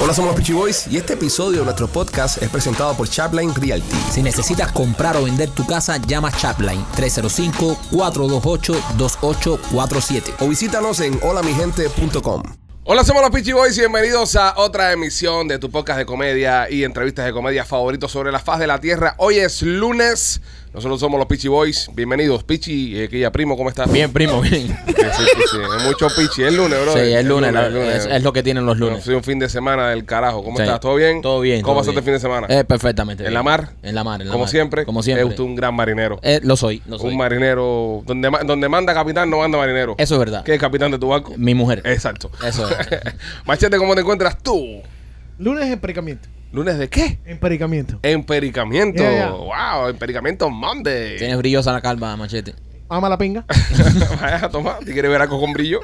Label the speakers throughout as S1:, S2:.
S1: Hola, somos los Peachy Boys y este episodio de nuestro podcast es presentado por Chapline Realty.
S2: Si necesitas comprar o vender tu casa, llama Chapline 305-428-2847.
S1: O visítanos en holamigente.com.
S3: Hola, somos los Peachy Boys y bienvenidos a otra emisión de tu podcast de comedia y entrevistas de comedia favoritos sobre la faz de la tierra. Hoy es lunes. Nosotros somos los Peachy Boys. Bienvenidos, Pichi. Eh, Quilla, primo, ¿cómo estás?
S4: Bien, primo, bien.
S3: Sí, sí, sí, sí. Es mucho Pichi. Es lunes, bro.
S4: Sí, es lunes, la- es, es lo que tienen los lunes.
S3: Soy un fin de semana del carajo. ¿Cómo
S4: Sí.
S3: estás? ¿Todo bien?
S4: Todo bien.
S3: ¿Cómo
S4: todo
S3: pasaste el fin
S4: bien.
S3: de semana?
S4: Eh, perfectamente.
S3: ¿En
S4: bien.
S3: la mar?
S4: En la mar, en la
S3: Como
S4: mar.
S3: siempre.
S4: Como siempre.
S3: Es usted un gran marinero.
S4: Eh, lo soy, lo soy.
S3: un marinero. Donde, ma- donde manda capitán, no manda marinero.
S4: Eso es verdad.
S3: ¿Qué Eh, es capitán de tu barco?
S4: Mi mujer.
S3: Exacto.
S4: Eso es.
S3: Machete, ¿cómo te encuentras tú?
S5: Lunes empericamiento.
S3: ¿Lunes de qué?
S5: Empericamiento.
S3: Empericamiento.
S5: Ya, ya.
S3: Wow, empericamiento Monday.
S4: Tienes brillosa la calva, machete.
S5: Ama la pinga.
S6: Ah,
S3: Vaya, toma, ¿te quieres ver a con brillo?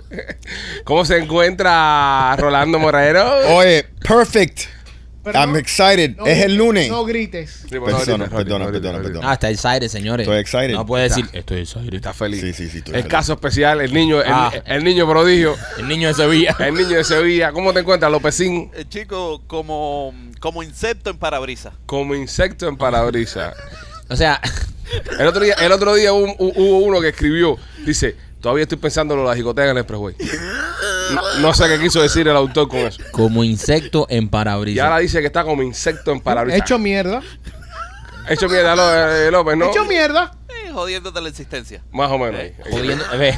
S3: ¿Cómo se encuentra Rolando Moraero?
S6: Oye, perfect.
S5: Pero
S6: I'm
S5: no-
S6: excited.
S5: no-
S6: es el lunes.
S5: No grites.
S3: Sí, bueno,
S6: Perdona,
S3: ahorita,
S6: perdona,
S3: ahorita,
S6: perdona,
S3: ahorita.
S6: perdona.
S4: Ah, está excited, señores.
S6: Estoy excited.
S4: No puede decir, estoy excited.
S3: Está feliz.
S6: Sí, sí, sí, estoy
S3: El
S6: feliz.
S3: caso especial, el niño, el,
S4: Ah.
S3: el niño prodigio,
S4: El niño de Sevilla.
S3: el niño de Sevilla. ¿Cómo te encuentras, Lópezín?
S7: Eh, chico, como, como insecto en parabrisas.
S3: Como insecto en parabrisas.
S4: O sea,
S3: El otro día, el otro día un- hu- hubo uno que escribió, dice, todavía estoy pensando en la jicotea en el expressway. No, no sé qué quiso decir el autor con eso.
S4: como insecto en
S3: Y ahora
S4: parabrisas.
S3: dice que está como insecto en parabrisas.
S5: Hecho mierda.
S3: Hecho mierda, Ló- eh, López, ¿no?
S5: Hecho mierda.
S7: Eh, jodiéndote la existencia.
S3: Más o menos. ahí.
S4: Jodiendo- eh, ve,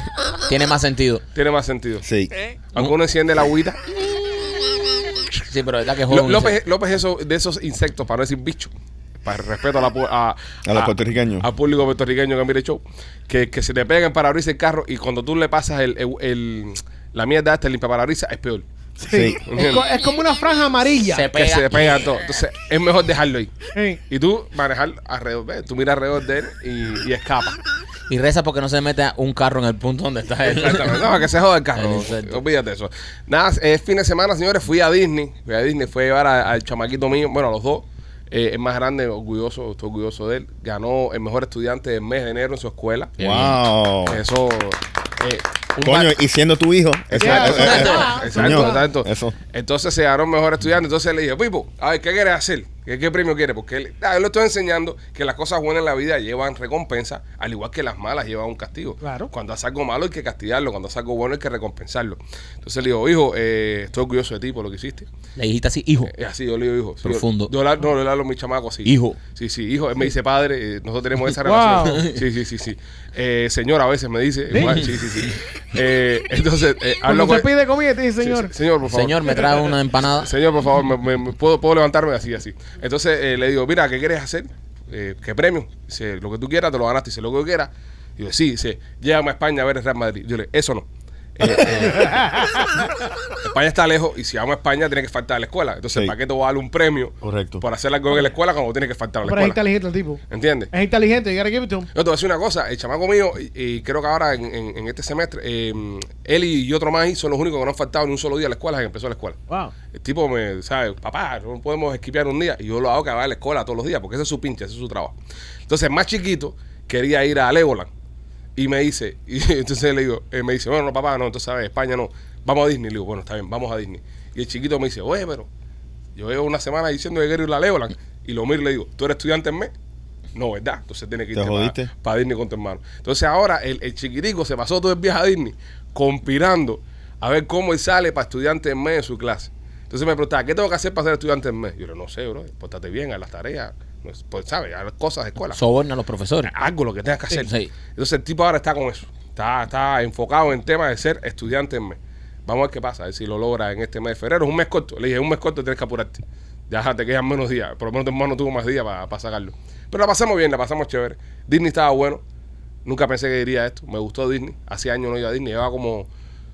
S4: tiene más sentido.
S3: Tiene más sentido.
S6: Sí.
S7: Eh,
S3: Aunque uno enciende la agüita.
S4: Sí, pero es verdad que jode
S3: Ló-
S4: un
S3: López, López eso, de esos insectos, para no decir bicho, para el respeto a, la, pu- a,
S6: A los puertorriqueños.
S3: Al público puertorriqueño que mire el show, que, que se te pegan para abrirse el carro y cuando tú le pasas el, el- el- la mierda hasta el limpiaparabrisas es peor.
S6: Sí.
S5: Es, co- es como una franja amarilla.
S4: Se
S3: Que
S4: pega.
S3: se te pega todo. Entonces es mejor dejarlo ahí.
S5: Sí.
S3: Y tú manejar alrededor de él. Tú miras alrededor de él y, y escapa.
S4: Y reza porque no se meta un carro en el punto donde está él.
S3: Exactamente. No, que se joda el carro.
S4: El insecto.
S3: Olvídate de eso. Nada, es fin de semana, señores. Fui a Disney. Fui a Disney. Fui a llevar a- al chamaquito mío. Bueno, a los dos. Eh, es más grande, orgulloso. Estoy orgulloso de él. Ganó el mejor estudiante del mes de enero en su escuela.
S6: Wow.
S3: Eso. eh, un
S6: Coño,
S3: bat-
S6: y siendo tu hijo. Eso,
S5: Yeah.
S6: eso, eso,
S3: Exacto,
S6: señor,
S3: exacto.
S6: Eso.
S3: Entonces se ganó el mejor estudiante. Entonces le dije, Pipo, a ver, ¿qué quieres hacer? ¿Qué, qué premio quieres? Porque él, ah, yo le estoy enseñando que las cosas buenas en la vida llevan recompensa, al igual que las malas llevan un castigo.
S5: Claro.
S3: Cuando haces algo malo hay que castigarlo, cuando haces algo bueno hay que recompensarlo. Entonces le digo, hijo, eh, estoy orgulloso de ti por lo que hiciste.
S4: Le dijiste así, hijo.
S3: Eh, así yo le digo, hijo. Sí,
S4: Profundo.
S3: Yo, yo le hablo- no, yo le hablo a mi chamaco así.
S4: Hijo.
S3: Sí, sí, hijo. Él me dice padre, eh, nosotros tenemos esa
S5: Wow.
S3: relación. Sí, sí, sí, sí. Eh, señor a veces me dice. igual, sí, sí, sí. Eh, entonces, eh,
S5: Cuando
S3: hablo
S5: se
S3: con-
S5: pide comida, te dice,
S3: Sí,
S5: señor.
S3: sí, señor, por favor.
S4: Señor, me trae una empanada.
S3: Señor, por favor, me, me- me- puedo, puedo levantarme así, así. Entonces eh, le digo, mira, ¿qué quieres hacer? Eh, ¿Qué premio? Dice, lo que tú quieras, te lo ganaste. Dice, lo que yo quiera. Digo, sí, dice, llévame a España a ver el Real Madrid. Yo le eso no. Eh, eh, España está lejos y si vamos a España tiene que faltar a la escuela. Entonces,
S6: Sí.
S3: ¿para qué te voy a dar un premio
S6: Correcto.
S3: por hacer algo en la escuela cuando tiene que faltar a la
S5: Pero es
S3: escuela?
S5: inteligente el tipo.
S3: ¿Entiendes?
S6: Eh.
S5: Es inteligente. You gotta give it to him.
S3: Yo te voy a decir una cosa, el chamaco mío, y, y creo que ahora en, en- en este semestre, eh, él y otro más ahí son los únicos que no han faltado ni un solo día a la escuela desde que empezó la escuela.
S5: Wow.
S3: El tipo me, ¿sabes? Papá, no podemos esquipear un día. Y yo lo hago que vaya a la escuela todos los días, porque ese es su pinche, ese es su trabajo. Entonces, el más chiquito, quería ir a Legoland. Y me dice, y entonces le digo, eh, me dice, bueno, no, papá, no, entonces, ¿sabes? España no. Vamos a Disney. Le digo, bueno, está bien, vamos a Disney. Y el chiquito me dice, oye, pero yo llevo una semana diciendo que quiero ir a Legoland. Y lo miro y le digo, ¿tú eres estudiante en mes? No, ¿verdad? Entonces tiene que
S6: ¿Te
S3: irte
S6: jodiste?
S3: para, Disney con tu hermano. Entonces ahora el, el chiquitico se pasó todo el viaje a Disney conspirando a ver cómo él sale para estudiante en mes en su clase. Entonces me preguntaba, ¿qué tengo que hacer para ser estudiante en mes? Yo le digo, no sé, bro, pórtate bien a las tareas, pues, pues, ¿sabes? A las cosas de escuela
S4: Soborna a los profesores.
S3: algo lo que tengas que
S4: Sí,
S3: hacer.
S4: sí.
S3: Entonces el tipo ahora está con eso. Está, está enfocado en tema de ser estudiante en mes. Vamos a ver qué pasa, a ver si lo logra en este mes de febrero. Es un mes corto. Le dije, un mes corto tienes que apurarte. Ya te quedan menos días. Por lo menos tu hermano tuvo más días para sacarlo. Pero la pasamos bien, la pasamos chévere. Disney estaba bueno. Nunca pensé que diría esto. Me gustó Disney. Hace años no iba a Disney. Llevaba como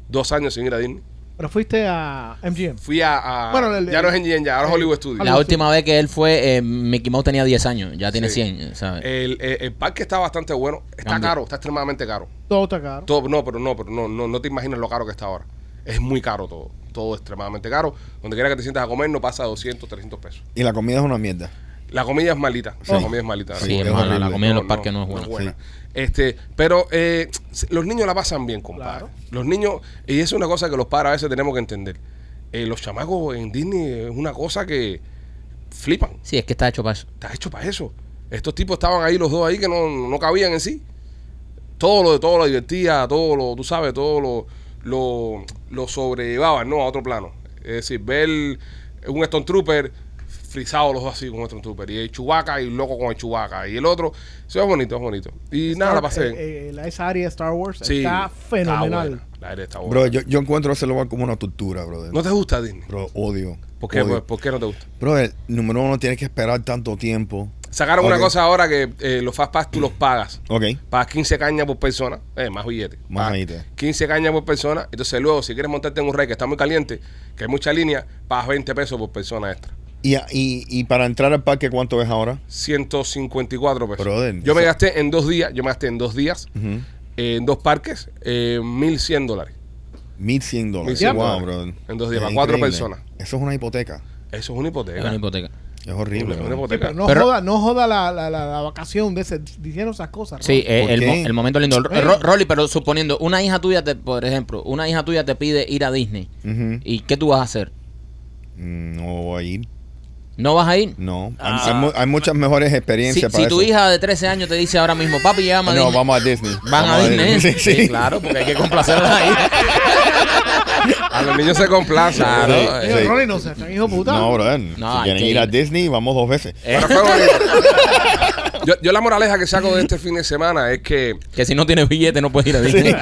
S3: dos años sin ir a Disney.
S5: Pero fuiste a MGM.
S3: Fui a... a-
S5: Bueno, el-
S3: ya no es en GN, ya ahora es
S5: el-
S3: Hollywood Studios.
S4: La última vez que él fue, eh, Mickey Mouse tenía 10 años, ya tiene
S3: Sí. Eh,
S4: 100, ¿sabes?
S3: El, el- el parque está bastante bueno. Está
S4: Grande.
S3: caro, está extremadamente caro.
S5: Todo está caro.
S3: Todo- no, pero no, pero no, no, no te imaginas lo caro que está ahora. Es muy caro todo. Todo extremadamente caro. Donde quiera que te sientas a comer no pasa de 200, 300 pesos.
S6: Y la comida es una mierda.
S3: La comida es malita. La comida es malita.
S4: sí,
S6: es
S4: es mala, la
S6: horrible.
S4: comida en los parques no, es buena.
S3: Este, pero eh, los niños la pasan bien, compadre. Los niños, y eso es una cosa que los padres a veces tenemos que entender. eh, los chamacos en Disney es una cosa que flipan.
S4: Sí, es que está hecho para eso.
S3: Está hecho para eso. Estos tipos estaban ahí los dos ahí que no, no cabían en sí. Todo lo de todo lo divertía, todo lo, tú sabes, todo lo, lo, lo sobrellevaban, ¿no? A otro plano. Es decir, ver un Stone Trooper frisado los dos así con un Stone Trooper. Y el Chubaca y loco con el Chubaca. Y el otro. Eso es bonito, es bonito. Y nada, la pasé bien.
S5: Eh, eh, la- esa área de Star Wars
S3: Sí,
S5: está fenomenal.
S3: buena. La aire está buena.
S6: Bro, yo, yo encuentro ese lugar como una tortura, brother.
S3: ¿No te gusta Disney?
S6: Bro, odio.
S3: ¿Por qué, pues?
S6: odio.
S3: por, por qué no te gusta?
S6: Brother, número uno, tienes que esperar tanto tiempo.
S3: Sacaron
S6: Ok.
S3: una cosa ahora que eh, los Fast Pass tú los pagas.
S6: Ok.
S3: Pagas 15 cañas por persona, eh, más billetes.
S6: Más billetes.
S3: 15 cañas por persona. Entonces, luego, si quieres montarte en un rey que está muy caliente, que hay mucha línea, pagas 20 pesos por persona extra.
S6: Y, y, y para entrar al parque, ¿cuánto es ahora?
S3: 154 pesos.
S6: Brother,
S3: yo me
S6: eso-
S3: gasté en dos días, yo me gasté en dos días,
S6: Ujú.
S3: eh, en dos parques, eh, 1100 dólares.
S6: 1100 dólares.
S3: 1100
S6: wow,
S3: dólares.
S6: brother.
S3: En dos días,
S6: Es
S3: para cuatro
S6: increíble.
S3: personas.
S6: Eso es una hipoteca.
S3: Eso es una hipoteca.
S4: Es una hipoteca.
S6: Es horrible.
S3: Es
S6: bro.
S3: una
S5: Sí,
S3: hipoteca.
S5: pero no
S4: Pero-
S5: joda, no joda la, la, la, la vacación de ese, diciendo esas cosas.
S4: Sí, eh,
S6: ¿Por
S4: el,
S6: qué?
S4: mo- el momento lindo. Ro-
S5: Eh.
S4: Ro- Rolly, pero suponiendo, una hija tuya, te, por ejemplo, una hija tuya te pide ir a Disney.
S6: Ujú.
S4: ¿Y qué tú vas a hacer?
S6: Mm, No voy a ir.
S4: ¿No vas a ir?
S6: No.
S7: Ah.
S6: Hay, hay mu- hay muchas mejores
S4: Si,
S6: experiencias
S4: si
S6: para
S4: tu
S6: eso.
S4: hija de 13 años te dice ahora mismo, papi, llama a
S6: No,
S4: Disney.
S6: vamos a Disney.
S4: Van a
S6: Vamos
S4: Disney.
S6: Sí, sí.
S4: claro, pues. porque hay que complacer a la hija.
S3: A los niños se complacen.
S4: Claro.
S3: ¿no?
S5: Digo,
S6: sí.
S5: Ronnie, no seas tan hijo puta.
S6: No, brother.
S4: No,
S6: si
S4: hay
S6: quieren
S4: que
S6: ir a
S4: ir. Eh.
S6: Disney, vamos dos veces.
S3: Pero fue bonito. yo, yo la moraleja que saco de este fin de semana es que,
S4: Que si no tienes billete no puedes ir a Disney.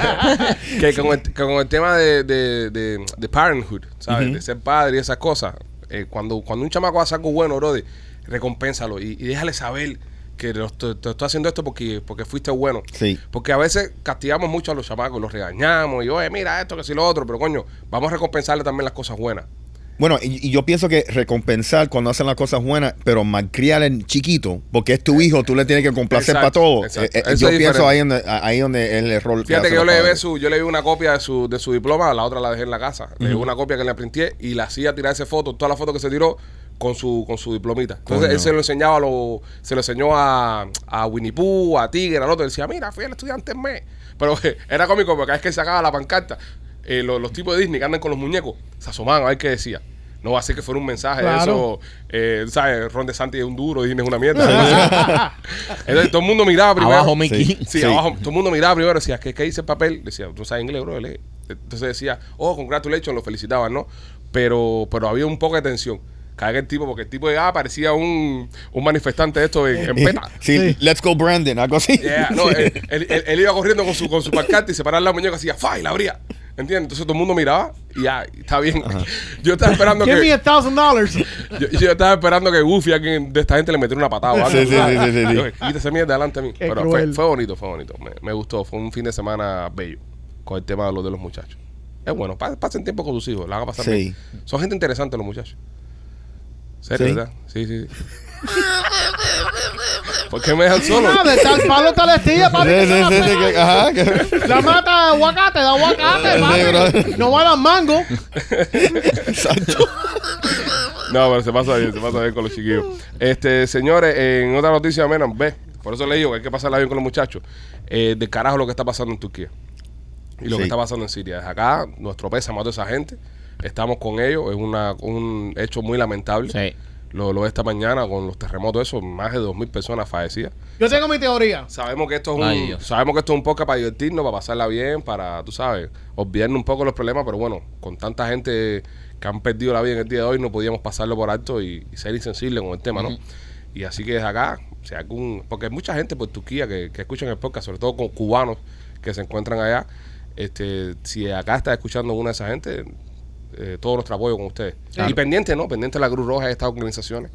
S3: que con, el, con el tema de, de- de- de parenthood, ¿sabes? De ser padre y esas cosas. eh, cuando, cuando un chamaco hace algo bueno, brother, recompénsalo y, y déjale saber que lo- te, te estoy haciendo esto porque, porque fuiste bueno.
S6: Sí.
S3: Porque a veces castigamos mucho a los chamacos, los regañamos y, oye, mira esto, que si lo otro, pero coño, vamos a recompensarle también las cosas buenas.
S6: Bueno, y, y yo pienso que recompensar cuando hacen las cosas buenas, pero malcriar en chiquito, porque es
S4: Eh.
S6: tu hijo, tú le tienes que complacer
S3: Exacto,
S6: para todo.
S3: exacto.
S6: Eh, eh,
S3: Eso
S6: yo
S3: es
S6: pienso
S3: diferente.
S6: ahí donde, ahí donde el error.
S3: Fíjate
S6: hace
S3: que yo
S6: los
S3: le, llevé
S6: padres.
S3: su, yo le vi una copia de su, de su diploma, la otra la dejé en la casa. Le llevé una copia que le printé y la hacía tirar esa foto, toda la foto que se tiró con su, con su diplomita. Entonces
S6: Coño.
S3: él se lo enseñaba, a lo, se lo enseñó a, a Winnie Pooh, a Tigre, al otro. Decía, mira, fui el estudiante en mes. Pero era cómico porque cada vez que sacaba la pancarta, eh, los, los tipos de Disney que andan con los muñecos, se asomaban a ver qué decía. No va a ser que fuera un mensaje de eso,
S5: Claro.
S3: eh, ¿sabes? Ron de Santi es un duro, Disney es una mierda. Entonces todo el mundo miraba primero.
S4: Abajo Mickey.
S6: Sí.
S3: Sí, abajo todo el mundo miraba primero, decía, ¿qué, qué dice el papel? Decía, tú sabes inglés, bro, lee. Entonces decía, oh, congratulations, lo felicitaban, ¿no? Pero, pero había un poco de tensión. Cada vez el tipo, porque el tipo llegaba, parecía un, un manifestante de esto en, en peta.
S6: Sí, let's go Brandon, algo así.
S3: Yeah, no, él, él- él- él iba corriendo con su, con su pancarta y se paraba la muñeca hacía fa y la abría. ¿Entiendes? Entonces todo el mundo miraba y ya, está bien. Yo estaba esperando
S5: Give me a
S3: que.
S5: thousand dollars.
S3: Yo, yo estaba esperando que Goofy, alguien de esta gente, le metiera una patada o algo.
S6: Sí, sí, sí, sí, sí, sí.
S3: Yo, Quita esa mierda delante de mí.
S5: Qué
S3: Pero fue,
S5: cruel.
S3: fue bonito, fue bonito. Me, me gustó. Fue un fin de semana bello con el tema de los de los muchachos. Es bueno, pa- pasen tiempo con tus hijos, la hagan pasar
S6: Sí.
S3: bien. Son gente interesante los muchachos. ¿Serio,
S6: Sí.
S3: verdad? Sí, sí. sí. ¿Por qué me dejan solo?
S5: Ah, de tal palo tal estilla,
S6: Sí,
S5: papi.
S6: sí,
S5: que
S6: sí,
S5: no la
S6: sí,
S5: pega.
S6: que- ajá, que-
S5: La mata de aguacate, de
S6: Sí,
S5: aguacate, papi.
S6: bro.
S5: No va a dar mango.
S6: Exacto.
S3: No, pero se pasa bien, se pasa bien con los chiquillos. Este, señores, en otra noticia menos, ve, por eso le digo que hay que pasarla bien con los muchachos. Eh, de carajo lo que está pasando en Turquía y lo
S6: Sí.
S3: que está pasando en Siria. Desde acá, nuestro pésame a toda esa gente. Estamos con ellos, es una, un hecho muy lamentable.
S4: Sí.
S3: Lo, lo de esta mañana con los terremotos, eso, más de 2.000 personas fallecidas.
S5: Yo tengo mi teoría.
S3: Sabemos que esto es un,
S4: Ay, Dios.
S3: sabemos que esto es un podcast para divertirnos, para pasarla bien, para, tú sabes, obviarnos un poco los problemas, pero bueno, con tanta gente que han perdido la vida en el día de hoy, no podíamos pasarlo por alto y, y ser insensibles con el tema, ¿no? Y así que desde acá, si algún, porque hay mucha gente por Turquía que, que escuchan el podcast, sobre todo con cubanos que se encuentran allá. Este, si acá está escuchando una de esa gente, eh, todo nuestro apoyo con ustedes. Y pendiente, ¿no? Pendiente de la Cruz Roja de estas organizaciones,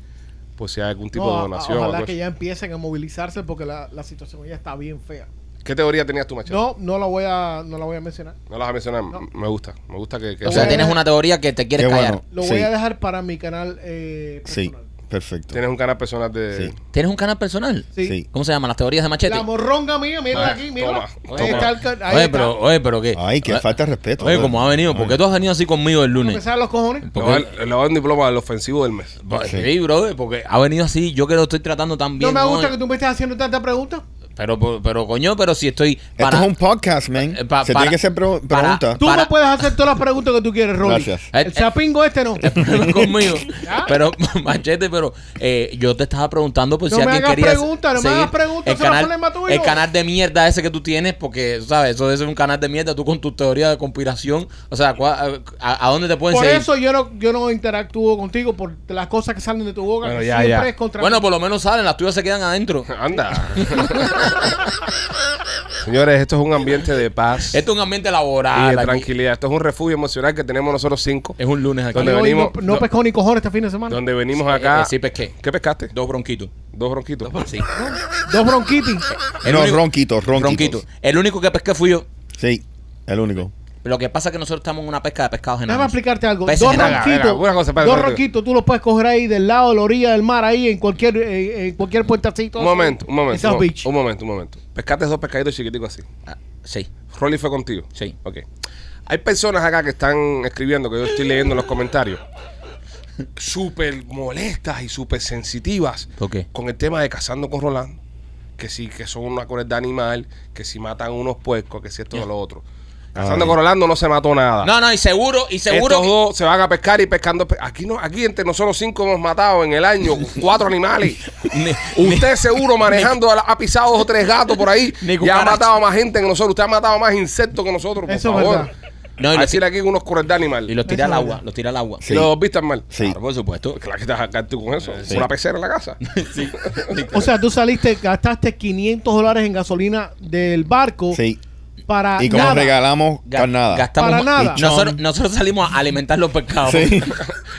S3: pues si hay algún tipo
S5: No,
S3: de
S5: o-
S3: donación. o
S5: ojalá
S3: algo
S5: que
S3: así.
S5: ya empiecen a movilizarse porque la, la situación ya está bien fea.
S3: ¿Qué teoría tenías tú, Machado?
S5: No, no la voy a, no la voy a mencionar.
S3: No las voy a mencionar,
S5: No.
S3: me gusta. Me gusta que. que-
S4: O sea,
S5: Bueno.
S4: tienes una teoría que te quieres
S6: Qué
S4: callar.
S6: bueno.
S5: Lo
S6: Sí.
S5: voy a dejar para mi canal eh,
S6: Sí,
S5: personal.
S6: perfecto.
S3: tienes un canal personal de.
S6: Sí.
S4: ¿Tienes un canal personal?
S5: Sí.
S6: Sí.
S4: ¿Cómo se llama? ¿Las teorías de machete?
S5: La morronga mía, mírala
S3: Vaya,
S5: aquí, mírala.
S3: toma,
S5: Ahí
S3: toma.
S5: está el can- ahí
S4: Oye,
S5: está.
S4: pero, oye, pero qué.
S6: Ay, que
S4: Oye,
S6: falta de respeto.
S4: Oye,
S6: brother.
S4: cómo ha venido, ¿por qué tú has venido así conmigo el
S5: Porque
S4: lunes?
S5: sabe los cojones.
S3: Le
S4: Porque- pues,
S3: voy a dar- le voy a dar un diploma del ofensivo del mes.
S4: Sí, brother, porque ha venido así, yo que lo estoy tratando tan bien.
S5: No me gusta
S4: hoy.
S5: que tú me estés haciendo tantas preguntas.
S4: Pero, pero, pero, coño, pero si estoy para...
S6: Esto es un podcast, man.
S4: Eh, pa-
S6: Se
S4: para-
S6: tiene que hacer pro-
S4: para-
S6: preguntas.
S5: Tú
S4: Para-
S5: me puedes hacer todas las preguntas que tú quieres, Rolly.
S6: Gracias.
S3: Eh,
S5: El sapingo este no.
S4: problema conmigo. Pero, machete, pero eh, yo te estaba preguntando por
S5: No
S4: si
S5: me
S4: alguien
S5: hagas
S4: quería.
S5: preguntas, no me
S4: seguir
S5: hagas preguntas,
S4: el
S5: eso no es
S4: canal,
S5: problema tuyo.
S4: El canal de mierda ese que tú tienes, porque, ¿sabes? Eso es un canal de mierda, tú con tu teoría de conspiración. O sea, ¿cuá- eh, a, a dónde te pueden
S5: Por
S4: seguir?
S5: eso yo no, yo no interactúo contigo por las cosas que salen de tu boca.
S3: Bueno,
S5: que
S3: ya,
S5: siempre
S3: ya.
S5: es contra
S4: bueno,
S5: mí.
S4: por lo menos salen, las tuyas se quedan adentro.
S3: Anda. Señores, esto es un ambiente de paz
S4: Esto Este es un ambiente
S3: y
S4: laboral.
S3: de
S4: aquí.
S3: tranquilidad. Esto es un refugio emocional que tenemos nosotros cinco.
S4: Es un lunes aquí.
S3: donde
S5: Y hoy
S3: venimos-
S5: no, no
S3: do-
S5: pescó ni cojones este fin de semana.
S3: Donde venimos
S4: Eh,
S3: acá.
S4: eh, sí pesqué.
S3: ¿Qué pescaste?
S4: Dos bronquitos.
S3: Dos bronquitos.
S4: Sí.
S5: Dos
S3: Eh,
S5: bronquitis.
S4: El
S6: no,
S4: único-
S6: ronquitos, ronquitos.
S4: Bronquitos. El único que pesqué fui yo.
S6: Sí, el único.
S4: Lo que pasa es que nosotros estamos en una pesca de pescados enanos.
S5: Déjame explicarte algo.
S4: Peces
S5: dos
S4: enanos.
S3: venga, venga,
S5: ronquitos.
S3: una cosa, espérate,
S5: dos
S3: rápido.
S5: ronquitos tú los puedes coger ahí del lado de la orilla del mar, ahí en cualquier, eh, en cualquier puertacito.
S3: Un momento, un
S5: En
S3: momento.
S5: South
S3: Un,
S5: Beach.
S3: un momento, un momento. Pescaste esos pescaditos chiquiticos así.
S4: Ah, sí.
S3: Rolly fue contigo.
S4: Sí.
S3: Ok. Hay personas acá que están escribiendo, que yo estoy leyendo en los comentarios, súper molestas y súper sensitivas
S4: ¿Por qué?
S3: con el tema de cazando con Rolando. Que sí, que son una crueldad animal, que si matan unos puercos, que si esto o lo otro. Cazando con Rolando no se mató nada.
S4: Ah, No, no, y seguro, y seguro.
S3: Ah. Estos dos se van a pescar y pescando. pe- Aquí no, aquí entre nosotros cinco hemos matado en el año cuatro animales. Usted seguro manejando ha- ha pisado dos o tres gatos por ahí.
S4: Ni
S3: Ya ha
S4: cucaracha.
S3: matado a más gente que nosotros. Usted ha matado a más insectos que nosotros. Por
S5: Eso es
S3: favor.
S5: verdad.
S4: No, y
S3: Hay
S4: los,
S3: que ir aquí con unos corredores de animal.
S4: y los tira al
S5: Eso es
S4: agua,
S5: verdad.
S4: los tira al agua.
S6: Sí.
S3: Los vistas mal.
S6: Sí.
S4: Claro, por supuesto.
S3: Pues Claro que estás acá tú con eso.
S6: Sí.
S3: Una pecera en la casa.
S4: Sí.
S5: O sea, tú saliste, gastaste 500 dólares en gasolina del barco
S6: Sí.
S5: para
S6: Y como
S5: nada.
S6: regalamos
S4: Ga-
S6: carnada.
S4: Gastamos
S5: Para
S4: más-
S5: nada.
S4: Nosotros, nosotros salimos a alimentar los pescados.
S6: Sí.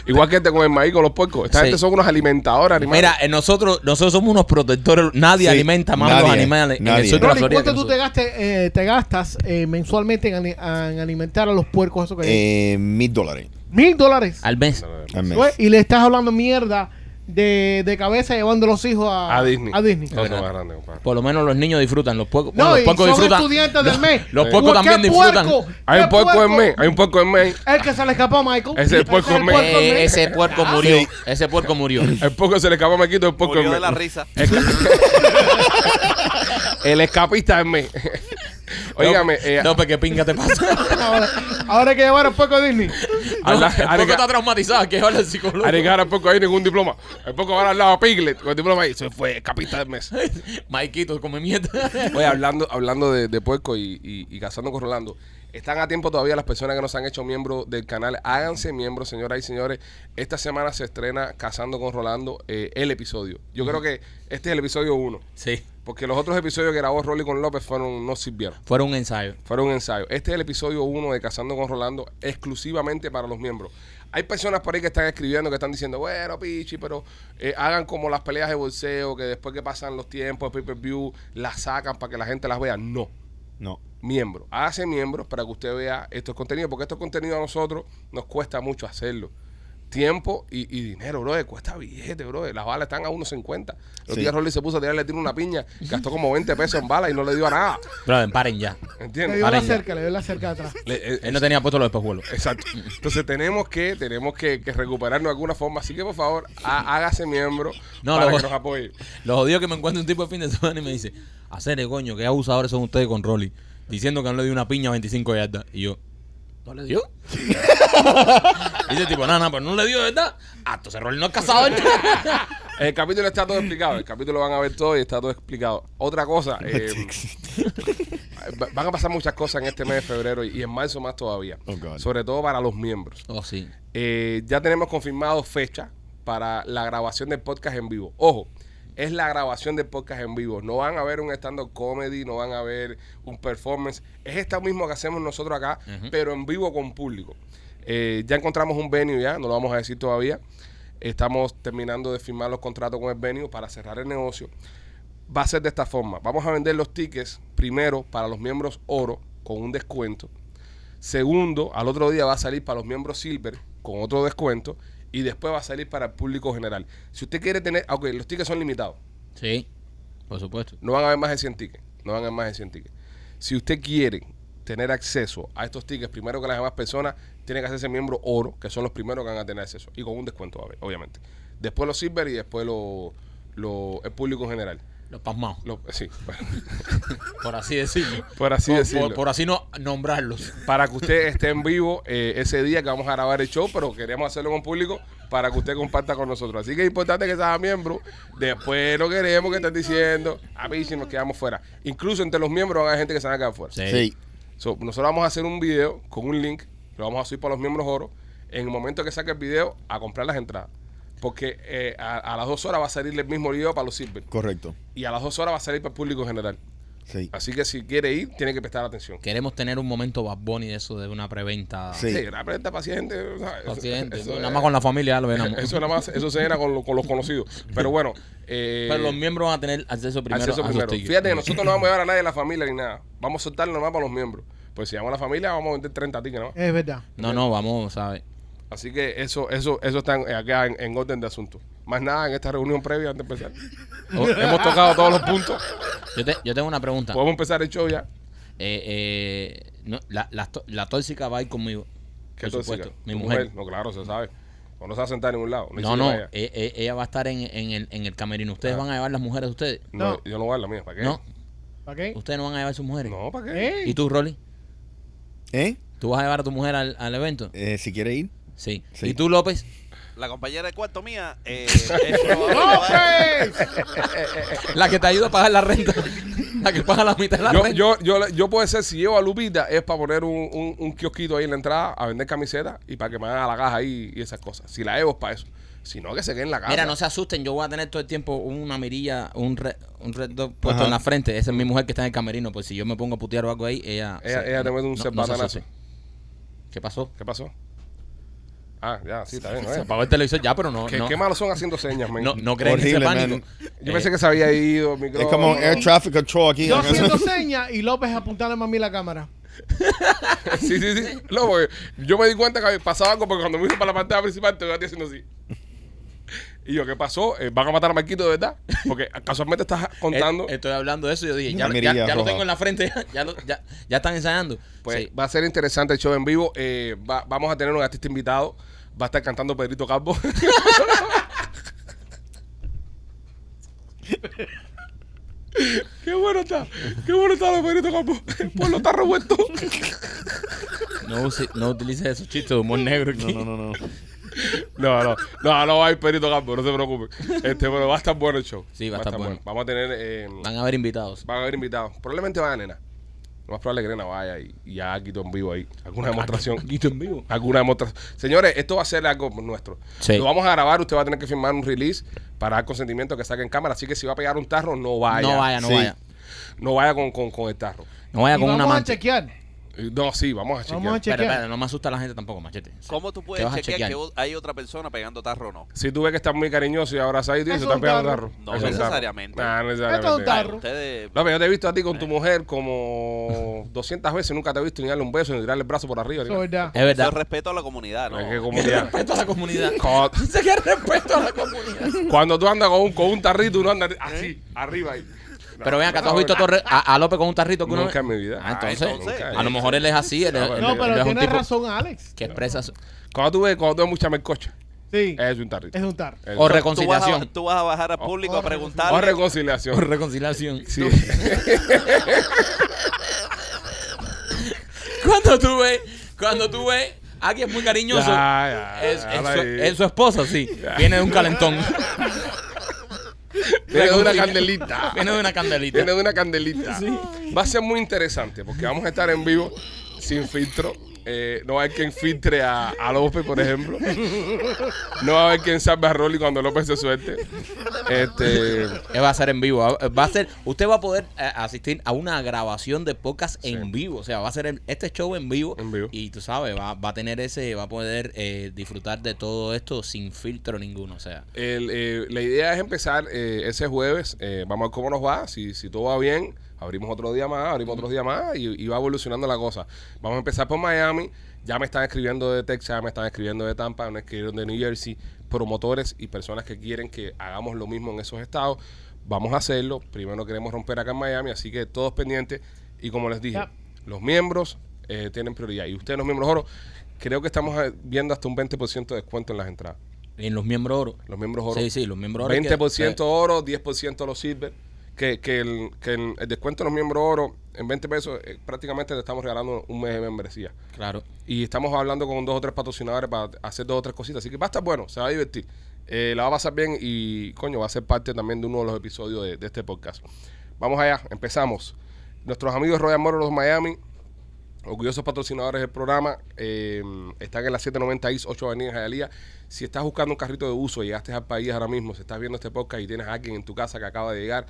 S3: Igual que este con el maíz con los puercos. Esta
S4: Sí.
S3: gente son unos alimentadores animales.
S4: Mira, eh, nosotros, nosotros somos unos protectores. Nadie
S6: Sí,
S4: alimenta más los
S6: nadie,
S4: animales en el
S6: nadie.
S4: sur de la
S5: Rolly,
S4: Florida. que
S5: ¿cuánto tú te,
S4: nosotros.
S5: gaste, eh, te gastas eh, mensualmente en, ani- en alimentar a los puercos eso que hay?
S6: Eh, Mil dólares
S5: Mil dólares.
S4: Al mes.
S6: al mes.
S5: Güey, Y le estás hablando mierda de, de cabeza llevando los hijos a,
S3: a Disney.
S5: a Disney.
S3: No, eso es más grande, compadre.
S4: Por lo menos los niños disfrutan. Los puercos,
S5: No,
S4: bueno, los
S5: y son
S4: puercos disfrutan.
S5: estudiantes del mes.
S4: Los
S5: Sí.
S4: puercos
S5: ¿Qué
S4: también disfrutan.
S5: puerco?
S3: Hay un
S5: ¿Qué
S3: puerco en May. Hay un puerco en May.
S5: El que se le escapó a Michael.
S3: Ese es el puerco en May.
S5: puerco
S4: Eh,
S5: May.
S4: ese puerco
S5: Ah,
S4: murió. Ese puerco murió.
S3: El poco se le escapó a Mequito, el poco
S7: Murió
S3: en
S7: de
S3: May.
S7: la risa.
S3: El escapista en May. Óigame, eh,
S4: No, porque pinga te pasa.
S5: Ahora, ahora hay que llevar el puerco a Disney.
S4: No,
S3: Habla-
S4: el puerco
S3: Arica-
S4: está traumatizado. Que habla el psicólogo.
S3: Arriesgar al poco ahí ningún diploma. El poco va al lado a Piglet con el diploma ahí. Se fue capista del mes.
S4: Maikito, come mierda.
S3: Oye, hablando, hablando de, de puerco y, y, y cazando con Rolando, están a tiempo todavía las personas que nos han hecho miembros del canal. Háganse miembros, señoras y señores. Esta semana se estrena Cazando con Rolando eh, el episodio. Yo creo que este es el episodio 1.
S4: Sí.
S3: Porque los otros episodios que grabó Rolly con López fueron no sirvieron.
S4: Fueron un ensayo.
S3: Fueron un ensayo. Este es el episodio 1 de Cazando con Rolando, exclusivamente para los miembros. Hay personas por ahí que están escribiendo, que están diciendo, bueno, Pichi, pero eh, hagan como las peleas de bolseo, que después que pasan los tiempos, de pay-per-view, las sacan para que la gente las vea. No
S6: No.
S3: miembro. Hágase miembro para que usted vea estos contenidos, porque estos contenidos a nosotros nos cuesta mucho hacerlo. Tiempo y, y dinero, bro. Cuesta billete, bro. Las balas están a 1.50. Los
S6: Sí.
S3: días Rolly se puso a tirarle tiro una piña, gastó como 20 pesos en balas y no le dio a nada.
S4: Brother, paren ya.
S5: Le
S3: ¿Entiendes? Ah,
S5: dio la
S4: Paren ya.
S5: cerca, le dio la cerca de atrás.
S3: Le- eh,
S4: Él no tenía puesto los espejuelos.
S3: Exacto. Entonces tenemos que tenemos que, que recuperarnos de alguna forma. Así que por favor, há- hágase miembro
S4: No,
S3: para
S4: lo-
S3: que nos apoye.
S4: Los jodidos que me encuentro un tipo de fin de semana y me dice, hacer coño, qué abusadores son ustedes con Rolly. Diciendo que no le dio una piña a 25 yardas. Y yo, ¿no le dio? dice el tipo, no, no, pero no le dio, ¿verdad? Ah, entonces Rolly no es casado.
S3: El capítulo está todo explicado. El capítulo van a ver todo y está todo explicado. Otra cosa, eh, va- van a pasar muchas cosas en este mes de febrero y y en marzo más todavía.
S6: Oh, God.
S3: sobre todo para los miembros.
S4: oh, sí.
S3: Eh, ya tenemos confirmado fecha para la grabación del podcast en vivo. Ojo, es la grabación del podcast en vivo. No van a ver un stand-up comedy, no van a ver un performance. Es esto mismo que hacemos nosotros acá, pero en vivo con público. Eh, ya encontramos un venue ya, no lo vamos a decir todavía. Estamos terminando de firmar los contratos con el venue para cerrar el negocio va a ser de esta forma. Vamos a vender los tickets primero para los miembros oro con un descuento. Segundo, al otro día va a salir para los miembros silver con otro descuento. Y después va a salir para el público general. Si usted quiere tener, ok, los tickets son limitados.
S4: Sí, por supuesto.
S3: No van a haber más de 100 tickets. No van a haber más de 100 tickets. Si usted quiere tener acceso a estos tickets primero que las demás personas, tiene que hacerse miembro oro, que son los primeros que van a tener acceso. Y con un descuento, ob- obviamente. Después los silver y después lo- lo- el público en general.
S4: Los pasmados.
S3: Lo- sí, bueno,
S4: Por así decirlo.
S3: Por así decirlo.
S4: Por, por así no nombrarlos.
S3: para que usted esté en vivo eh, ese día que vamos a grabar el show, pero queremos hacerlo con público para que usted comparta con nosotros. Así que es importante que sea miembro. Después no queremos que estén diciendo, a mí si nos quedamos fuera. Incluso entre los miembros van a haber gente que se van a quedar fuera.
S6: Sí.
S3: So, nosotros vamos a hacer un video con un link, lo vamos a subir para los miembros oro. En el momento que saque el video, a comprar las entradas. Porque eh, a, a las dos horas va a salir el mismo video para los silver.
S6: Correcto.
S3: Y a las dos horas va a salir para el público en general.
S6: Sí.
S3: Así que si quiere ir, tiene que prestar atención.
S4: Queremos tener un momento Bad Bunny de eso, de una preventa.
S6: Sí.
S3: Sí, una prenda paciente. ¿sabes?
S4: Paciente.
S3: Eso,
S4: nada
S3: es-
S4: más con la familia lo verán.
S3: eso nada más, eso se llena con, lo- con los conocidos. Pero bueno, eh,
S4: Pero los miembros van a tener acceso primero
S3: acceso
S4: a sus
S3: primero.
S4: tickets.
S3: Fíjate que nosotros no vamos a llevar a nadie de la familia ni nada. Vamos a soltar nomás para los miembros. Pues si llamamos a la familia, vamos a vender 30 tickets nomás.
S5: Es verdad.
S4: No, no, vamos, ¿sabes?
S3: Así que eso, eso, eso está en- acá en, en orden de asunto. Más nada en esta reunión previa antes de empezar. Hemos tocado Pues todos los puntos.
S4: Ah, Yo, te- yo tengo una pregunta.
S3: Podemos empezar el show ya.
S4: Eh, eh, no, la, la, to- la tóxica va a ir conmigo.
S3: ¿Qué
S4: Por
S3: tú
S4: supuesto,
S3: decías?
S4: mi
S3: ¿Tu
S4: mujer.
S3: No, claro, se sabe. O no se va a sentar en ningún lado. ni
S4: No,
S3: siquiera
S4: no,
S3: ella.
S4: eh, eh, ella va a estar en, en el, en el camerino. ¿Ustedes van a llevar las mujeres de ustedes?
S3: no.
S5: no.
S3: Yo no voy a la mía. ¿Para Ah. qué?
S4: No,
S5: ¿Para qué?
S4: ustedes no van a llevar sus mujeres.
S3: No, ¿para qué?
S5: ¿Eh?
S4: ¿Y tú, Rolly?
S6: ¿Eh?
S4: ¿Tú vas a llevar a tu mujer al, al evento?
S6: Eh, si quiere ir.
S4: Sí.
S6: Sí.
S4: ¿Y tú, López?
S7: La compañera de cuarto mía. Eh, es probable que vaya-
S4: La que te ayuda a pagar la renta. La que paga la mitad de la
S3: Yo,
S4: renta.
S3: yo, yo, yo puedo ser, si llevo a Lupita, es para poner un, un, un kiosquito ahí en la entrada a vender camisetas y para que me hagan la caja ahí y esas cosas. Si la llevo es para eso. Si no, que se quede en la casa.
S4: Mira, no se asusten, yo voy a tener todo el tiempo una mirilla, un red, un red dot puesto
S6: Ajá.
S4: en la frente. Esa es mi mujer que está en el camerino. Pues si yo me pongo a putear o algo ahí, ella.
S3: Ella-
S4: se-
S3: ella te mete un
S4: se
S3: cerbatanazo.
S4: asuste. ¿Qué pasó?
S3: ¿Qué pasó? Ah, ya, sí, está bien. ¿no
S4: Se
S3: es?
S4: apagó el televisor ya, pero no.
S3: ¿Qué,
S4: no,
S3: qué malos son haciendo señas, men.
S4: no, no creen en ese
S6: Horrible, man.
S4: pánico.
S3: Yo
S4: Eh,
S3: pensé que se había ido el micrófono.
S6: Es como air traffic control aquí.
S5: Yo haciendo señas y López apuntándome a mí la cámara.
S3: Sí, sí, sí. No, porque yo me di cuenta que había pasado algo porque cuando me hice para la pantalla principal te voy a ti haciendo así. Y yo, ¿qué pasó? Eh, ¿Van a matar a Marquito de verdad? Porque casualmente estás contando.
S4: eh, estoy hablando de eso y yo dije,
S6: Una
S4: ya, ya-
S6: mirilla
S4: ya lo
S6: roja.
S4: tengo en la frente, ya, ya, lo- ya- ya están ensayando.
S3: Pues
S4: Sí.
S3: va a ser interesante el show en vivo. Eh, va- vamos a tener un artista invitado. Va a estar cantando Pedrito Campo. Qué bueno está. Qué bueno está lo de Pedrito Campo. Pueblo está revuelto.
S4: No, use- no utilices esos chistes de humor negro aquí.
S6: No, no, no.
S3: No, no. No, no va a ir Pedrito Campo. No se preocupen. Este, pero va a estar bueno el show.
S4: Sí, va a estar bueno.
S3: Vamos a tener... eh,
S4: Van a haber invitados.
S3: van a haber invitados. Probablemente vaya Nena. Lo más probable es que Nena vaya y, y haga Quito en vivo ahí. Alguna demostración.
S4: Guito Ah, en vivo.
S3: alguna demostración. Señores, esto va a ser algo nuestro.
S4: Sí.
S3: Lo vamos a grabar, usted va a tener que firmar un release para dar consentimiento que saque en cámara. Así que si va a pegar un tarro, no vaya.
S4: No vaya, no
S6: Sí.
S4: vaya.
S3: No vaya con, con, con el tarro.
S4: No vaya
S5: Y
S4: con
S5: vamos
S4: una
S5: a
S4: mancha.
S5: chequear.
S3: Eh, No, sí, vamos a chequear.
S5: Vamos a
S4: Espera,
S5: chequear.
S4: espera, no me asusta la gente tampoco, machete.
S7: ¿Cómo tú
S4: ¿Qué
S7: puedes
S4: vas a
S7: chequear que
S4: chequear?
S7: o- hay otra persona pegando tarro o no?
S3: Si tú ves que estás muy cariñoso y abrazado y se
S5: Es
S3: están
S5: un
S3: pegando
S5: tarro.
S3: tarro.
S7: No
S3: Es un tarro. Ah,
S7: necesariamente.
S3: No, no necesariamente.
S5: Es un tarro.
S7: Ay, ustedes.
S3: No, pero yo te he visto a ti con tu mujer como 200 veces, nunca te he visto ni darle un beso ni tirarle el brazo por arriba. ni
S5: Eso es
S3: nada.
S4: Es
S5: verdad.
S7: Eso
S4: verdad.
S7: es respeto a la comunidad, ¿no?
S3: Ay, qué
S4: Que
S3: comunidad.
S4: respeto a la comunidad.
S3: Co-
S4: Dice que respeto a la comunidad.
S3: Cuando tú andas con un, con un tarrito, uno anda así, arriba ahí.
S4: Pero vean, acá tú has visto a, Torre- a, a López con un tarrito alguna
S3: Nunca
S4: vez?
S3: en mi vida.
S4: Ah, entonces,
S7: Ah, entonces.
S4: a lo mejor él es así. Él, es-
S3: No,
S4: él-
S5: No,
S4: él
S5: pero
S4: eh, es un
S5: tienes
S4: tipo
S5: razón, Alex.
S4: que expresa su-
S3: Cuando tú ves, cuando tú ves mucha melcocha,
S5: Sí.
S4: Eh,
S3: es un tarrito.
S5: Es un tar.
S4: O
S3: Es-
S7: Tú vas, a,
S4: reconciliación.
S7: tú vas a bajar al público
S5: Oh,
S7: a
S3: O
S7: preguntarle.
S4: O
S3: reconciliación.
S4: reconciliación.
S3: Sí.
S4: Cuando tú ves, cuando tú ves, alguien muy cariñoso.
S3: Ya, ya,
S4: es, es
S3: ahora
S4: su,
S3: ahí.
S4: es su esposa, sí. Viene de un calentón.
S3: Viene de una
S4: Reconcilia-
S3: candelita.
S4: Viene de una candelita.
S3: Viene de una candelita. Va a ser muy interesante porque vamos a estar en vivo sin filtro. Eh, no va a haber quien filtre a, a López, por ejemplo. No va a haber quien salve a Rolly cuando López se suelte. Este,
S4: Eh, Va a ser en vivo. Va a ser, usted va a poder eh, asistir a una grabación de podcast en vivo. O sea, va a ser el- este show en vivo.
S3: En vivo.
S4: Y tú sabes, va, va a tener ese, va a poder eh, disfrutar de todo esto sin filtro ninguno. O sea,
S3: El, eh, la idea es empezar eh, ese jueves. eh, vamos a ver cómo nos va. Si, si todo va bien, abrimos otro día más, abrimos otro día más y, y va evolucionando la cosa. Vamos a empezar por Miami. Ya me están escribiendo de Texas, ya me están escribiendo de Tampa, me escribieron de New Jersey. Promotores y personas que quieren que hagamos lo mismo en esos estados. Vamos a hacerlo. Primero queremos romper acá en Miami, así que todos pendientes. Y como les dije,
S5: Ya.
S3: los miembros eh, tienen prioridad. Y ustedes, los miembros oro, creo que estamos eh, viendo hasta un 20% de descuento en las entradas.
S4: en los miembros oro.
S3: Los miembros oro.
S4: Sí, sí, los miembros oro.
S3: 20%
S4: que-
S3: oro, 10% los silver. que, que el, que el- el descuento de los miembros oro en 20 pesos eh, prácticamente te estamos regalando un mes de membresía.
S4: Claro.
S3: Y estamos hablando con dos o tres patrocinadores para hacer dos o tres cositas. Así que va a estar bueno, se va a divertir. Eh, la va a pasar bien y, coño, va a ser parte también de uno de los episodios de, de este podcast. Vamos allá, empezamos. Nuestros amigos Royal Motors Miami, orgullosos patrocinadores del programa, eh, están en la 790 East 8 Avenida Jayalía. Si estás buscando un carrito de uso, llegaste al país ahora mismo, si estás viendo este podcast y tienes a alguien en tu casa que acaba de llegar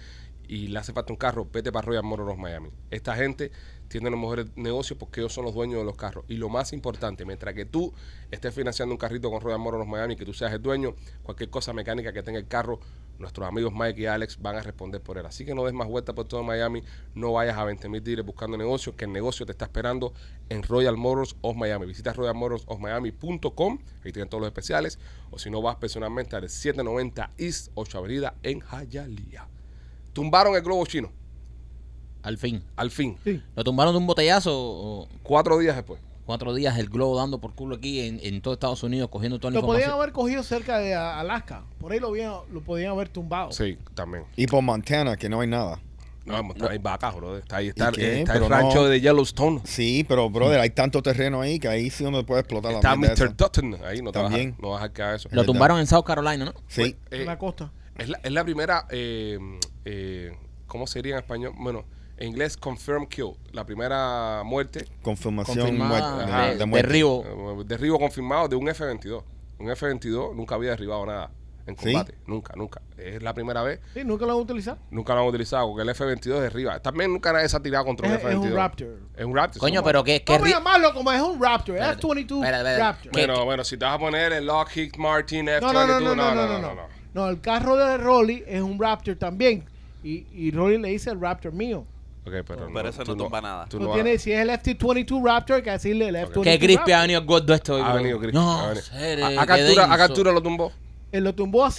S3: y le hace falta un carro, vete para Royal Motors Miami. Esta gente tiene los mejores negocios porque ellos son los dueños de los carros. Y lo más importante, mientras que tú estés financiando un carrito con Royal Motors Miami, que tú seas el dueño, cualquier cosa mecánica que tenga el carro, nuestros amigos Mike y Alex van a responder por él. Así que no des más vueltas por todo Miami, no vayas a 20 mil dealers buscando negocios, que el negocio te está esperando en Royal Motors of Miami. Visita royalmotorsofmiami.com, ahí tienen todos los especiales, o si no vas personalmente al 790 East 8 Avenida en Hialeah. Tumbaron el globo chino,
S4: Al fin.
S3: al fin,
S5: Sí.
S4: Lo tumbaron de un botellazo o
S3: cuatro días después.
S4: cuatro días el globo dando por culo aquí en, en todo Estados Unidos, cogiendo toda la
S5: Lo podían
S4: información.
S5: haber cogido cerca de a- Alaska. Por ahí lo, habían- lo podían haber tumbado.
S3: Sí, también.
S6: Y por Montana, que no hay nada.
S3: No, vamos, está ahí vaca, bro. Está ahí, está, eh,
S6: ¿Y qué?
S3: está el
S6: Pero no.
S3: rancho de Yellowstone.
S6: Sí, pero brother, hay tanto terreno ahí que ahí sí uno puede explotar la
S3: Está
S6: mierda
S3: Mr.
S6: esa.
S3: Dutton. Ahí no te vas a,
S6: También.
S3: no vas a quedar eso.
S4: Lo tumbaron en South Carolina, ¿no?
S6: Sí.
S3: Eh,
S5: en la costa.
S3: es, la, es la primera, eh, eh, ¿cómo sería en español? Bueno, en inglés, confirm kill. La primera muerte,
S6: Confirmación
S4: Confirmada
S6: muerte-
S3: ajá,
S4: de,
S6: de muerte.
S4: derribo.
S3: eh, derribo confirmado de un F-22. Un F-22 nunca había derribado nada en
S6: ¿Sí?
S3: combate. Nunca, nunca. Es la primera vez.
S5: Sí, nunca lo han utilizado.
S3: Nunca lo han utilizado porque el F-22 derriba. También nunca nadie se ha tirado contra un
S5: Es- es un
S3: F-22.
S5: Raptor.
S3: Es un Raptor.
S4: Coño,
S3: son-
S4: pero qué, qué
S5: Vamos a
S4: ri-
S5: llamarlo como es un Raptor. Es
S4: Espérate,
S5: 22
S4: espérate, espérate.
S5: Raptor.
S4: ¿Qué?
S3: Bueno, bueno, si te vas a poner el Lockheed Martin F-22,
S5: No, no, no, no, no, no, no, no. No, el carro de Rolly es un Raptor también. Y, y Rolly le dice el Raptor mío.
S3: Ok, pero,
S7: Pero eso
S3: tú
S7: no tumba nada.
S3: tú
S5: No
S3: no
S5: tiene, si es el FT-22 Raptor, hay que decirle el F-22
S4: qué crispy ha
S5: Raptor.
S4: venido gordo esto hoy.
S3: ha
S4: bro.
S3: venido Chris, ha
S4: No,
S3: venido.
S4: ser,
S3: A-
S4: eh,
S3: a
S4: qué
S3: captura, a
S4: denso.
S3: captura lo tumbó.
S5: Él lo tumbó a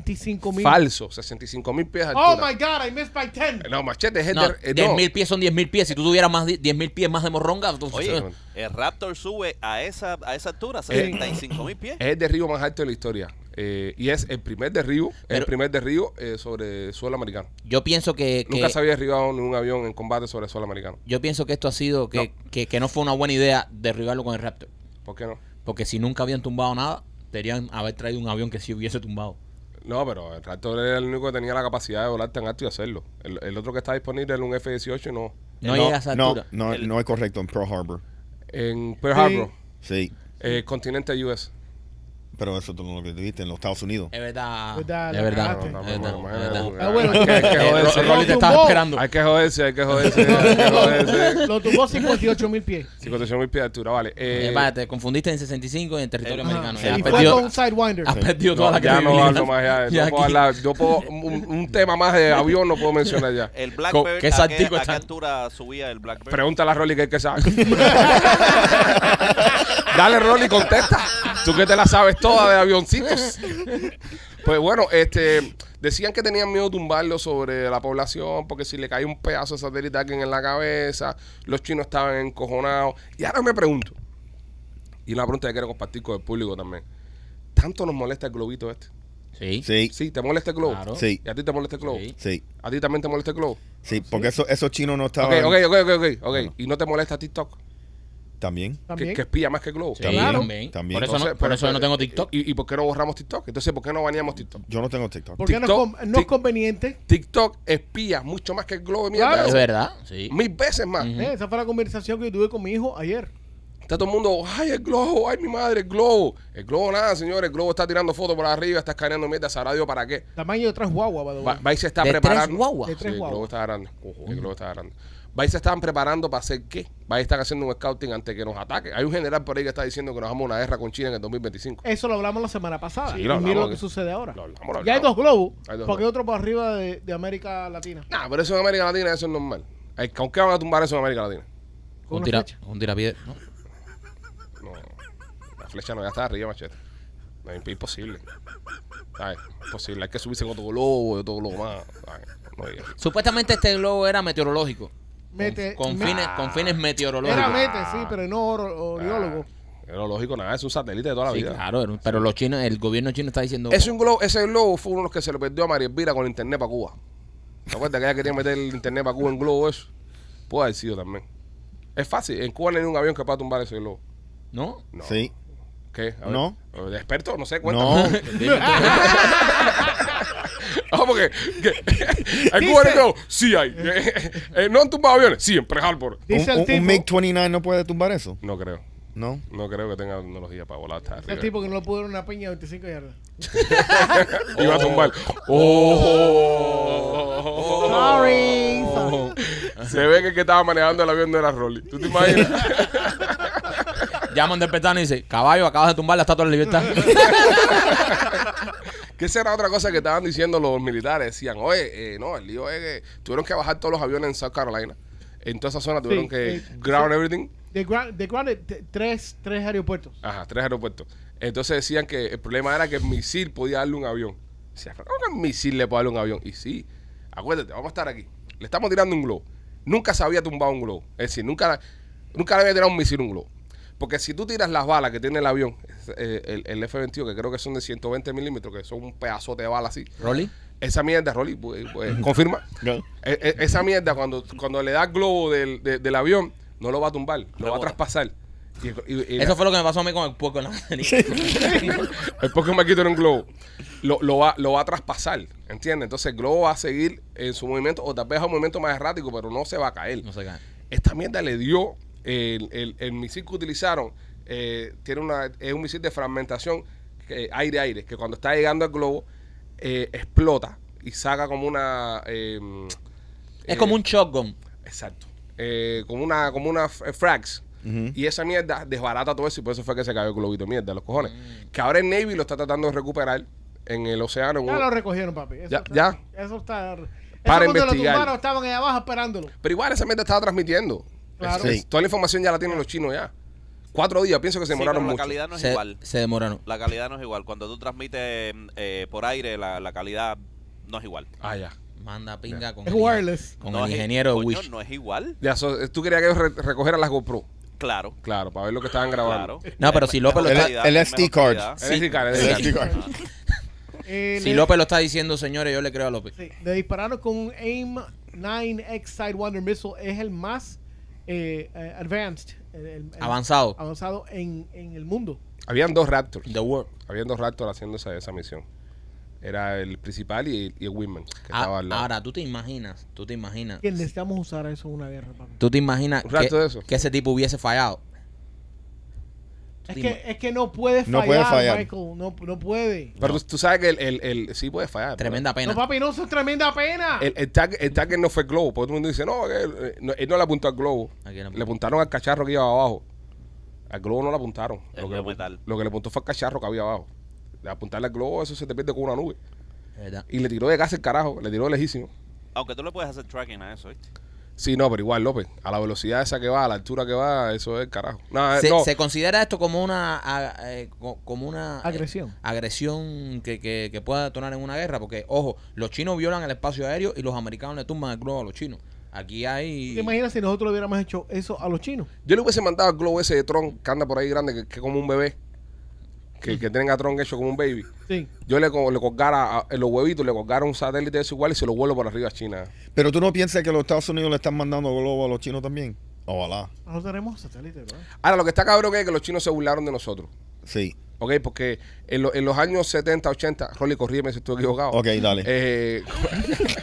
S5: 55 mil.
S3: Falso, 65 mil pies de
S5: Oh
S3: altura.
S5: my God, I missed by 10.
S3: No, machete es el
S4: No,
S3: de- eh,
S4: 10
S3: no.
S4: mil pies son 10 mil pies. Si tú tuvieras más de 10 mil pies más de morronga, entonces-
S7: Oye,
S3: sí.
S7: el Raptor sube a esa, a esa altura,
S4: Eh.
S7: 75 mil pies.
S3: Es el derribo más alto de la historia. Eh, y es el primer derribo, el
S4: Pero-
S3: primer derribo eh, sobre suelo americano.
S4: yo pienso que, que-
S3: Nunca se había derribado ningún avión en combate sobre suelo americano.
S4: yo pienso que esto ha sido que que- que no. fue una buena idea derribarlo con el Raptor,
S3: ¿Por qué no?
S4: porque si nunca habían tumbado nada, deberían haber traído un avión que sí hubiese tumbado.
S3: No, pero el Raptor era el único que tenía la capacidad de volar tan alto y hacerlo. El, el otro que está disponible era un F-18 y no.
S4: No, llega a esa
S6: no,
S4: altura.
S6: no, no es correcto en Pearl Harbor.
S3: En Pearl
S5: Sí.
S3: Harbor,
S6: Sí.
S3: eh, continente US.
S6: Pero eso tú no lo que viste en los Estados Unidos.
S4: Es verdad, es verdad,
S5: Verdad, la
S4: es verdad.
S5: cagaste.
S3: No, no, no,
S4: es verdad.
S3: imagínate,
S5: Ah, bueno.
S3: hay que- hay que
S4: Eh,
S3: joderse.
S4: Ro- Rolly te estaba
S5: Tumbó.
S4: esperando.
S3: Hay que joderse, hay que joderse, hay que joderse.
S5: Lo tumbó a 58 mil pies.
S3: 58 mil pies de altura, vale. Eh,
S4: Eh, vaya, te confundiste en 65 en el territorio
S5: Ajá.
S4: americano.
S6: sí.
S4: Ah, Ya Ah, has
S5: Y fue
S4: perdido,
S5: con un Sidewinder.
S4: has perdido
S3: no,
S4: toda la
S3: ya no
S4: credibilidad.
S3: hablo más ya.
S4: Ya
S3: No puedo
S4: aquí.
S3: hablar, yo puedo, un, un tema más de avión no puedo mencionar
S4: Eh,
S3: ya.
S7: El
S4: Co-
S7: Blackbird,
S4: ¿qué
S7: ¿a qué,
S4: saltico
S7: a qué
S4: están?
S7: altura subía el Blackbird?
S3: Pregúntale a Rolly que es que sabe. Dale, Rolly, contesta. Tú que te la sabes toda de avioncitos. Pues bueno, este decían que tenían miedo tumbarlo sobre la población porque si le cae un pedazo de satélite a alguien en la cabeza, los chinos estaban encojonados. Y ahora me pregunto, y una pregunta que quiero compartir con el público también. ¿Tanto nos molesta el globito este?
S4: Sí.
S6: Sí,
S3: Sí, ¿te molesta el globo?
S4: Claro.
S6: Sí.
S3: ¿Y a ti te molesta el globo?
S4: Sí.
S6: sí,
S3: ¿A ti también te molesta el globo?
S6: sí. Porque eso- esos chinos no
S3: Ok,
S6: estaban.
S3: ok, ok, ok, ok. ¿Y no te molesta TikTok?
S6: También.
S3: Que,
S5: También.
S3: que espía más que el globo.
S4: Sí,
S5: Claro.
S4: también.
S6: También.
S4: Por eso,
S3: Entonces,
S4: no, por
S3: pero-
S4: eso yo no tengo TikTok.
S3: ¿Y, y por qué no borramos TikTok? Entonces, ¿por qué no baneamos TikTok?
S6: Yo no tengo TikTok.
S5: Porque no es,
S3: TikTok,
S5: con- no es
S3: tic-
S5: conveniente.
S3: TikTok espía mucho más que el globo de mierda.
S5: Claro.
S3: ese.
S4: Es verdad, sí.
S3: Mil veces más.
S5: Eh, esa fue la conversación que yo tuve con mi hijo ayer.
S3: Está todo el mundo, ay, el globo, ay, mi madre, el globo. El globo nada, señores. El globo está tirando fotos por arriba, está escaneando mierda, sabrá Dios para qué.
S5: Tamaño de tres guaguas, by the
S3: Va,
S5: way.
S3: Vice se está
S4: De tres
S3: preparando.
S4: guaguas.
S5: De
S3: Sí,
S5: tres
S3: el globo
S5: guaguas.
S3: está grande. El globo está grande. Vice se estaban preparando para hacer qué. Vice están haciendo un scouting antes que nos ataque. Hay un general por ahí que está diciendo que nos vamos a una guerra con China en el 2025.
S5: Eso lo hablamos la semana pasada.
S3: Sí,
S5: y
S3: lo
S5: mira
S3: hablamos.
S5: lo que sucede ahora.
S3: Lo hablamos, lo
S5: ya hay dos
S3: hablamos.
S5: globos,
S3: Hay dos
S5: porque
S3: globos.
S5: otro por arriba de, de América Latina.
S3: Nah, pero eso en América Latina eso es normal. Ay, ¿Con qué van a tumbar eso en América Latina?
S5: Con
S4: Un,
S5: una
S4: tira,
S5: flecha.
S4: un tirapiedra. ¿no?
S3: No, la flecha no, ya está arriba, machete. No, es imposible. ¿Sabes? Imposible. Hay que subirse con otro globo y otro globo más. ¿sabes? No hay-
S4: Supuestamente este globo era meteorológico.
S5: Mete-
S4: con,
S5: me-
S3: Ah,
S4: fines, con fines
S5: Era
S4: meteorológicos.
S5: mete, sí, pero no oro- oriólogo.
S3: Era lo lógico, nada, es un satélite de toda la
S4: Sí,
S3: vida.
S4: claro, era un- pero los chinos, el gobierno chino está diciendo
S3: Es un globo, ese globo fue uno de los que se lo perdió a María Elvira con internet para Cuba. ¿Te acuerdas que ella quería meter el internet para Cuba en globo eso? Puede haber sido también. Es fácil, en Cuba no hay un avión capaz de tumbar ese globo.
S4: ¿No?
S3: No.
S6: Sí.
S3: ¿Qué? A ver.
S6: No.
S3: ¿De experto? No sé,
S6: No.
S3: cuéntame. Vamos que, que- en Cuba no, sí hay. Eh, ¿No han tumbado aviones? Sí, en Pre-Harbor.
S6: Un,
S5: Dice el
S6: un-
S5: tipo.
S6: un MiG-29 no puede tumbar eso.
S3: No creo.
S6: No.
S3: No creo que tenga tecnología para volar hasta
S5: el
S3: arriba.
S5: tipo que no le pudo dar una piña de 25 yardas.
S3: Iba a tumbar. Oh.
S5: Sorry.
S3: Se ve que el que estaba manejando el avión no era Rolly. ¿Tú te imaginas?
S4: Llaman del petano y dice, caballo, acabas de tumbar la estatua de la libertad.
S3: ¿Qué será otra cosa que estaban diciendo los militares? Decían, oye, eh, no, el lío es que tuvieron que bajar todos los aviones en South Carolina. En toda esa zona tuvieron
S5: Sí,
S3: que
S5: eh,
S3: ground everything.
S5: De Gran- de Gran- t- tres, tres aeropuertos.
S3: Ajá, tres aeropuertos. Entonces decían que el problema era que el misil podía darle un avión. Decían, ¿cómo que el misil le puede darle un avión? Y sí, acuérdate, vamos a estar aquí. Le estamos tirando un globo. Nunca se había tumbado un globo. Es decir, nunca, nunca le había tirado un misil a un globo. Porque si tú tiras las balas que tiene el avión, eh, el, el F-22, que creo que son de 120 milímetros, que son un pedazote de bala así,
S4: Rolly.
S3: esa mierda, Rolly, pues, pues, confirma.
S6: No.
S3: E- e- Esa mierda, cuando, cuando le da el globo del, de- del avión, no lo va a tumbar, lo va a
S7: Rebota.
S3: traspasar. Y- y- y-
S4: Eso fue lo que me pasó a mí con el puerco en la
S3: el Pokémon aquí tiene un globo. Lo, lo va, lo va a traspasar, ¿entiendes? Entonces el globo va a seguir en su movimiento, o tal vez a un movimiento más errático, pero no se va a caer.
S4: No se cae.
S3: Esta mierda le dio el, el- el misil que utilizaron. eh, tiene una, es un misil de fragmentación eh, aire-aire, que cuando está llegando al globo eh, explota y saca como una. eh,
S4: Es
S3: eh,
S4: como un shotgun.
S3: Exacto. Eh, como una, como una f- eh, frags. Y esa mierda desbarata todo eso y por eso fue que se cayó el globito de mierda, los cojones. Que ahora el Navy lo está tratando de recuperar en el océano. en
S5: Ya
S3: un-
S5: lo recogieron, papi. Eso
S3: Oh. Ya-
S5: está,
S3: ya.
S5: Eso está. Eso
S3: Para
S5: cuando
S3: investigar.
S5: lo tumbaron estaban allá abajo esperándolo.
S3: Pero igual esa mierda estaba transmitiendo.
S5: Claro.
S6: Sí.
S3: Toda la información ya la tienen los chinos ya. Cuatro días, pienso que se
S7: Sí,
S3: demoraron
S7: pero
S3: mucho.
S7: La calidad no es
S4: se,
S7: igual.
S4: se demoraron.
S7: La calidad no es igual. Cuando tú transmites eh, por aire, la, la calidad no es igual.
S3: Ah, ya.
S4: Manda pinga con,
S5: Es wireless.
S4: con
S7: no
S4: el
S7: es-
S4: ingeniero de
S7: coño,
S4: Wish.
S7: No es igual.
S3: Ya, so- eh, tú querías que ellos re- recogieran las GoPro.
S7: Claro.
S3: Claro, para ver lo que estaban
S7: Ah, Claro.
S3: grabando.
S4: No, pero si López lo
S6: El-
S4: está,
S7: calidad,
S6: el
S7: mejor
S6: SD card.
S7: calidad.
S3: Es decir, cara, es
S6: El
S3: decir,
S6: SD card.
S5: Eh,
S4: si
S5: le-
S4: López lo está diciendo, señores, yo le creo a López.
S5: Sí, le dispararon con un AIM-9X Sidewinder Missile. Es el más eh, eh, advanced. el- el- el
S4: Avanzado.
S5: Avanzado en, en el mundo.
S3: Habían dos Raptors.
S4: The World.
S3: Habían dos Raptors haciendo esa, esa misión. Era el principal y, y el Women, que
S4: Ah,
S3: estaba al lado.
S4: ahora, tú te imaginas, tú te imaginas,
S5: Que necesitamos usar eso en una guerra, papi.
S4: tú te imaginas
S3: Un rato de
S4: que,
S3: eso.
S4: que ese tipo hubiese fallado.
S5: Es que, es que no puede fallar,
S6: No puede fallar.
S5: Michael. No, no puede.
S3: Pero tú, tú sabes que el, el- el- sí puede fallar.
S4: Tremenda pena.
S5: No, papi, no, eso es tremenda pena.
S3: El, el, tag, el target no fue el globo, porque todo el mundo dice, no, que él, eh, no, él no le apuntó al globo.
S4: ¿A quién le apuntó?
S3: Le apuntaron al cacharro que iba abajo. Al globo no le apuntaron.
S7: El
S3: Lo que, le
S7: globo
S3: apuntó-
S7: metal.
S3: lo que le apuntó fue al cacharro que había abajo. Le apuntarle al globo, eso se te pierde con una nube.
S4: Es verdad.
S3: Y le tiró de gas el carajo, le tiró lejísimo.
S7: Aunque tú le puedes hacer tracking a eso, ¿viste?
S3: Sí, no, pero igual, López, a la velocidad esa que va, a la altura que va, eso es el carajo. No, eh,
S4: Se,
S3: no.
S4: se considera esto como una a- eh, co- como una eh,
S5: Agresión.
S4: agresión que, que- que pueda detonar en una guerra porque ojo los chinos violan el espacio aéreo y los americanos le tumban el globo a los chinos aquí hay
S5: ¿Te imaginas si nosotros le hubiéramos hecho eso a los chinos?
S3: Yo le hubiese mandado al globo ese de Tron, que anda por ahí grande, que, que como un bebé.
S4: Mm.
S3: Que, que tenga a Tron hecho como un baby.
S5: Sí.
S3: Yo le, co- le colgara a- en los huevitos, le colgara un satélite de eso igual y se lo vuelo por arriba a China.
S6: Pero tú no piensas que los Estados Unidos le están mandando globo a los chinos también. Ojalá.
S5: Nosotros tenemos satélites, bro.
S3: Ahora, lo que está cabrón es que los chinos se burlaron de nosotros.
S6: Sí.
S3: ¿Ok? Porque en, lo- en los años 70, 80, Rolly, corrígeme si estoy equivocado.
S6: Ok, dale.
S3: Oh. Eh,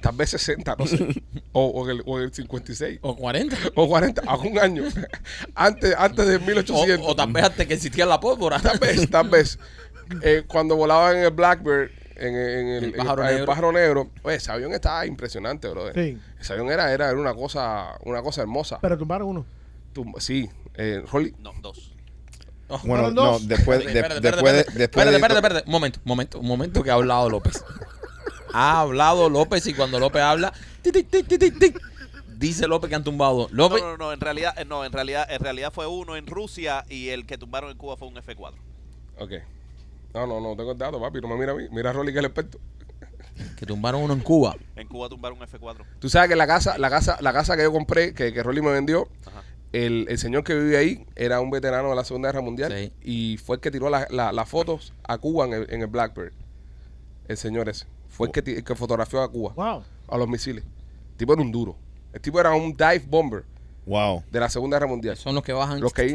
S3: tal vez 60, no sé. O, o en el, o en el 56.
S4: o 40
S3: O 40, algún año. Antes, antes de
S4: o,
S3: 1800.
S4: o tal vez hasta que existía la pólvora
S3: Tal vez, tal vez. Eh, cuando volaban en el Blackbird, en, en el, en el-
S4: pájaro
S3: en el
S4: negro.
S3: pájaro negro, oye, ese avión estaba impresionante, brother.
S5: Sí.
S3: Ese avión era, era, era una cosa, una cosa hermosa.
S5: Pero tumbaron uno.
S3: Tú- sí, eh, Rolly,
S7: No, dos.
S6: Bueno,
S5: fueron dos.
S6: no, después, de-
S4: Espérate, espérate,
S6: después, de-
S4: espérate.
S6: después de-
S4: Espérate, espérate, espérate. Un momento, un momento, un momento que ha hablado López. Ha hablado López y cuando López habla, tic, tic, tic, tic, tic, tic, dice López que han tumbado. dos.
S7: No,
S4: López,
S7: no, no, en realidad, eh, no, en realidad, en realidad fue uno en Rusia y el que tumbaron en Cuba fue un F4.
S3: ok. No, no, no, tengo el dato, papi, no me mira a mí. Mira a Rolly que es el experto.
S4: que tumbaron uno en Cuba.
S7: En Cuba tumbaron un F4.
S3: Tú sabes que la casa, la casa, la casa que yo compré, que, que Rolly me vendió,
S7: Ajá.
S3: el, el señor que vive ahí era un veterano de la Segunda Guerra Mundial
S4: Sí.
S3: y fue el que tiró la- la- las fotos a Cuba en el, en el Blackbird. El señor ese. Fue el que, ti- el que fotografió a Cuba,
S5: Wow.
S3: a los misiles. El tipo era un duro. El tipo era un dive bomber
S6: Wow.
S3: de la Segunda Guerra Mundial.
S2: Son los que bajan
S3: Los que y,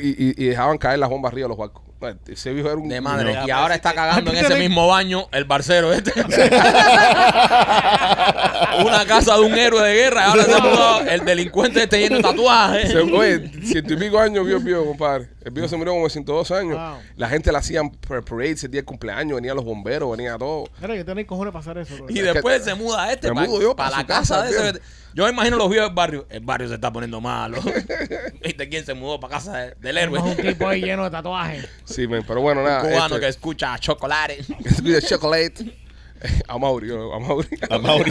S3: y- y dejaban caer las bombas arriba de los barcos. No, Ese viejo era un.
S4: de madre.
S7: No.
S4: Y ahora está cagando en ese
S5: Repíteme.
S4: mismo baño el barcero este. Una casa de un héroe de guerra. y ahora se ha mudado el delincuente este lleno de
S3: Se-
S4: tatuajes.
S3: oye, ciento y pico años vio el viejo, compadre. El viejo se murió como de 102 años.
S5: Wow.
S3: La gente le hacían par- parades el día de cumpleaños, venían los bomberos, venía todo.
S5: Mira que tenés cojones para hacer eso. bro.
S4: Y después se muda a este
S3: Me
S4: para
S3: mudo yo pa
S4: la
S3: su
S4: casa
S3: casa
S4: de ese.
S3: también.
S4: Yo imagino los viejos del barrio. El barrio se está poniendo malo. ¿Viste quién se mudó para casa de- del héroe?
S5: Es un tipo ahí lleno de tatuajes.
S3: Sí, men, pero bueno, nada.
S4: Cubano que
S3: este-
S4: escucha chocolate.
S3: de chocolate. A Mauri, a Mauri.
S6: A Mauri.